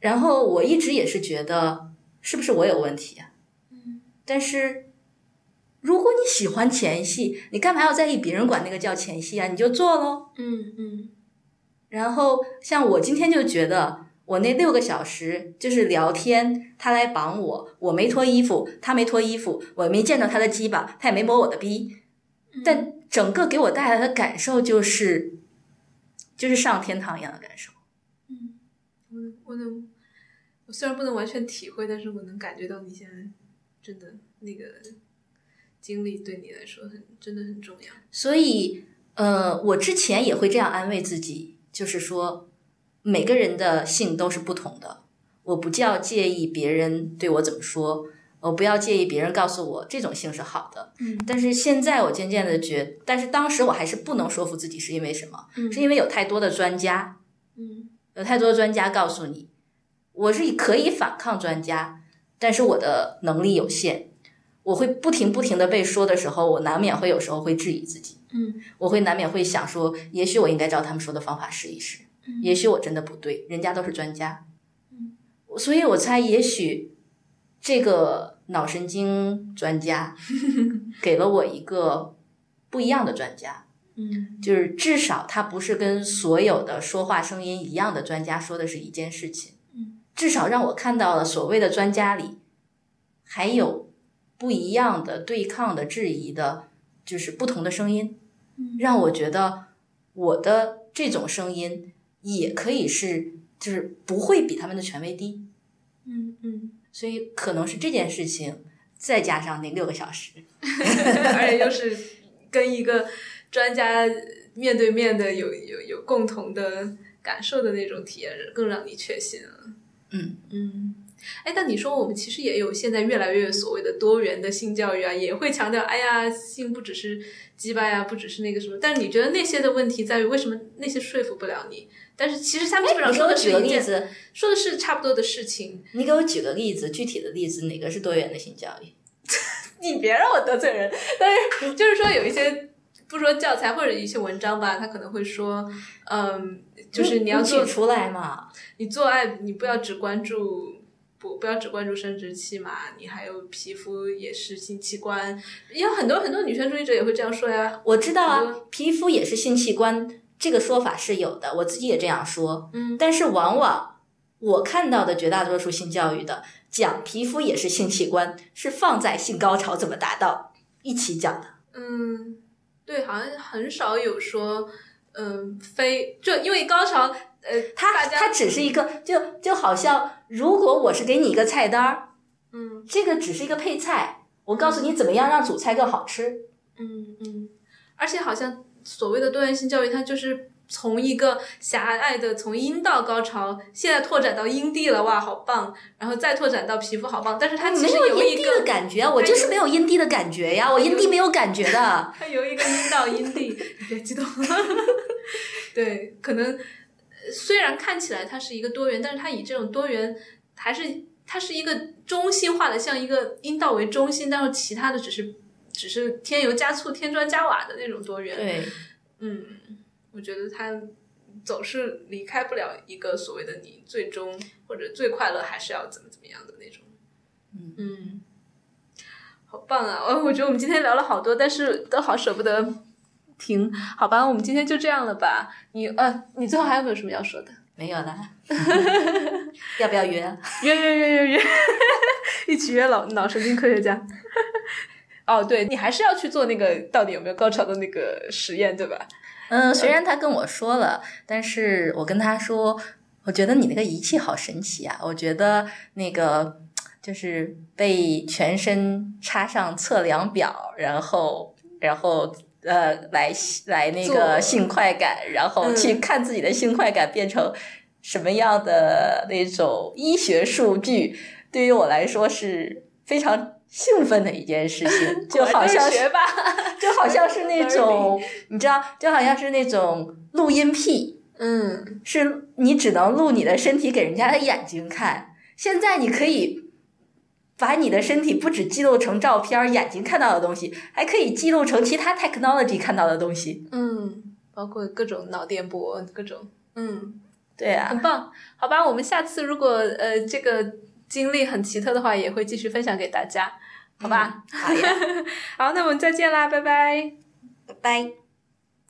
Speaker 3: 然后我一直也是觉得，是不是我有问题啊？
Speaker 2: 嗯，
Speaker 3: 但是如果你喜欢前戏，你干嘛要在意别人管那个叫前戏啊？你就做喽。
Speaker 2: 嗯嗯
Speaker 3: 然后像我今天就觉得，我那六个小时就是聊天，他来绑我，我没脱衣服，他没脱衣服，我没见到他的鸡巴，他也没摸我的逼，但整个给我带来的感受就是，就是上天堂一样的感受。
Speaker 2: 嗯，我能我能，我虽然不能完全体会，但是我能感觉到你现在真的那个经历对你来说很真的很重要，
Speaker 3: 所以，呃，我之前也会这样安慰自己，就是说，每个人的性都是不同的，我不叫介意别人对我怎么说，我不要介意别人告诉我这种性是好的。
Speaker 2: 嗯
Speaker 3: 但是现在我渐渐的觉，但是当时我还是不能说服自己是因为什么，
Speaker 2: 嗯
Speaker 3: 是因为有太多的专家，
Speaker 2: 嗯
Speaker 3: 有太多专家告诉你，我是可以反抗专家，但是我的能力有限，我会不停不停的被说的时候，我难免会有时候会质疑自己。
Speaker 2: 嗯
Speaker 3: 我会难免会想说，也许我应该照他们说的方法试一试，
Speaker 2: 嗯
Speaker 3: 也许我真的不对，人家都是专家，
Speaker 2: 嗯，
Speaker 3: 所以我猜，也许这个脑神经 专家给了我一个不一样的专家，
Speaker 2: 嗯
Speaker 3: 就是至少他不是跟所有的说话声音一样的专家说的是一件事情，
Speaker 2: 嗯，
Speaker 3: 至少让我看到了所谓的专家里还有不一样的对抗的质疑的，就是不同的声音。
Speaker 2: 嗯
Speaker 3: 让我觉得我的这种声音也可以是，就是不会比他们的权威低，
Speaker 2: 嗯嗯，
Speaker 3: 所以可能是这件事情，再加上那六个小时，
Speaker 2: 而且又是跟一个专家面对面的有有有共同的感受的那种体验，更让你确信了。
Speaker 3: 嗯
Speaker 2: 嗯，哎，但你说我们其实也有现在越来越所谓的多元的性教育啊，也会强调，哎呀，性不只是鸡巴呀，不只是那个什么。但是你觉得那些的问题在于为什么那些说服不了你？但是其实他们基本上
Speaker 3: 哎你给
Speaker 2: 说
Speaker 3: 我
Speaker 2: 的是
Speaker 3: 举个
Speaker 2: 一
Speaker 3: 例
Speaker 2: 件，
Speaker 3: 子，
Speaker 2: 说的是差不多的事情。
Speaker 3: 你给我举个例子，具体的例子，哪个是多元的性教育？
Speaker 2: 你别让我得罪 人，但是 就是说有一些。不说教材或者一些文章吧，他可能会说，嗯，就是你要做
Speaker 3: 举出来嘛，
Speaker 2: 你做爱，你不要只关注不不要只关注生殖器嘛，你还有皮肤也是性器官，也有很多很多女权主义者也会这样说呀。
Speaker 3: 我知道啊
Speaker 2: 嗯，
Speaker 3: 皮肤也是性器官，这个说法是有的，我自己也这样说，
Speaker 2: 嗯
Speaker 3: 但是往往我看到的绝大多数性教育的讲皮肤也是性器官，是放在性高潮怎么达到一起讲的。
Speaker 2: 嗯，对，好像很少有说，嗯、非就因为高潮，呃，
Speaker 3: 它
Speaker 2: 大家
Speaker 3: 它只是一个，就就好像如果我是给你一个菜单儿，
Speaker 2: 嗯
Speaker 3: 这个只是一个配菜，我告诉你怎么样让主菜更好吃。
Speaker 2: 嗯嗯，而且好像所谓的多元性教育，它就是。从一个狭隘的从阴道高潮，现在拓展到阴蒂了，哇，好棒！然后再拓展到皮肤，好棒。但是它其
Speaker 3: 哎没
Speaker 2: 实
Speaker 3: 有
Speaker 2: 一
Speaker 3: 阴蒂
Speaker 2: 个
Speaker 3: 的感觉，啊我就是没有阴蒂的感觉呀，我阴蒂没有感觉的。
Speaker 2: 它由一个阴道阴蒂， 你别激动。对，可能呃虽然看起来它是一个多元，但是它以这种多元还是它是一个中心化的，像一个阴道为中心，但是其他的只是只是添油加醋、添砖加瓦的那种多元。
Speaker 3: 对，
Speaker 2: 嗯，我觉得它总是离开不了一个所谓的你最终或者最快乐还是要怎么怎么样的那种。
Speaker 3: 嗯
Speaker 2: 嗯，好棒啊！我我觉得我们今天聊了好多，但是都好舍不得停。好吧，我们今天就这样了吧。你呃，你最后还有没有什么要说的？
Speaker 3: 没有啦。 要不要约？啊
Speaker 2: 约约约约 约，一起约老脑神经科学家。 哦，对你还是要去做那个到底有没有高潮的那个实验，对吧？
Speaker 3: 嗯，虽然他跟我说了，但是我跟他说，我觉得你那个仪器好神奇啊！我觉得那个就是被全身插上测量表，然后然后呃来来那
Speaker 2: 做
Speaker 3: 个性快感，然后去
Speaker 2: 嗯
Speaker 3: 看自己的性快感变成什么样的那种医学数据，对于我来说是非常兴奋的一件 事情，就好像
Speaker 2: 学霸，
Speaker 3: 就好像是那种，你知道，就好像是那种录音癖，
Speaker 2: 嗯，
Speaker 3: 是你只能录你的身体给人家的眼睛看。现在你可以把你的身体不止记录成照片，眼睛看到的东西，还可以记录成其他 technology 看到的东西。
Speaker 2: 嗯，包括各种脑电波，各种，嗯，
Speaker 3: 对啊，
Speaker 2: 很棒。好吧，我们下次如果呃这个经历很奇特的话，也会继续分享给大家，好吧？
Speaker 3: 好呀，
Speaker 2: 好，那我们再见啦，拜拜。
Speaker 3: 拜拜。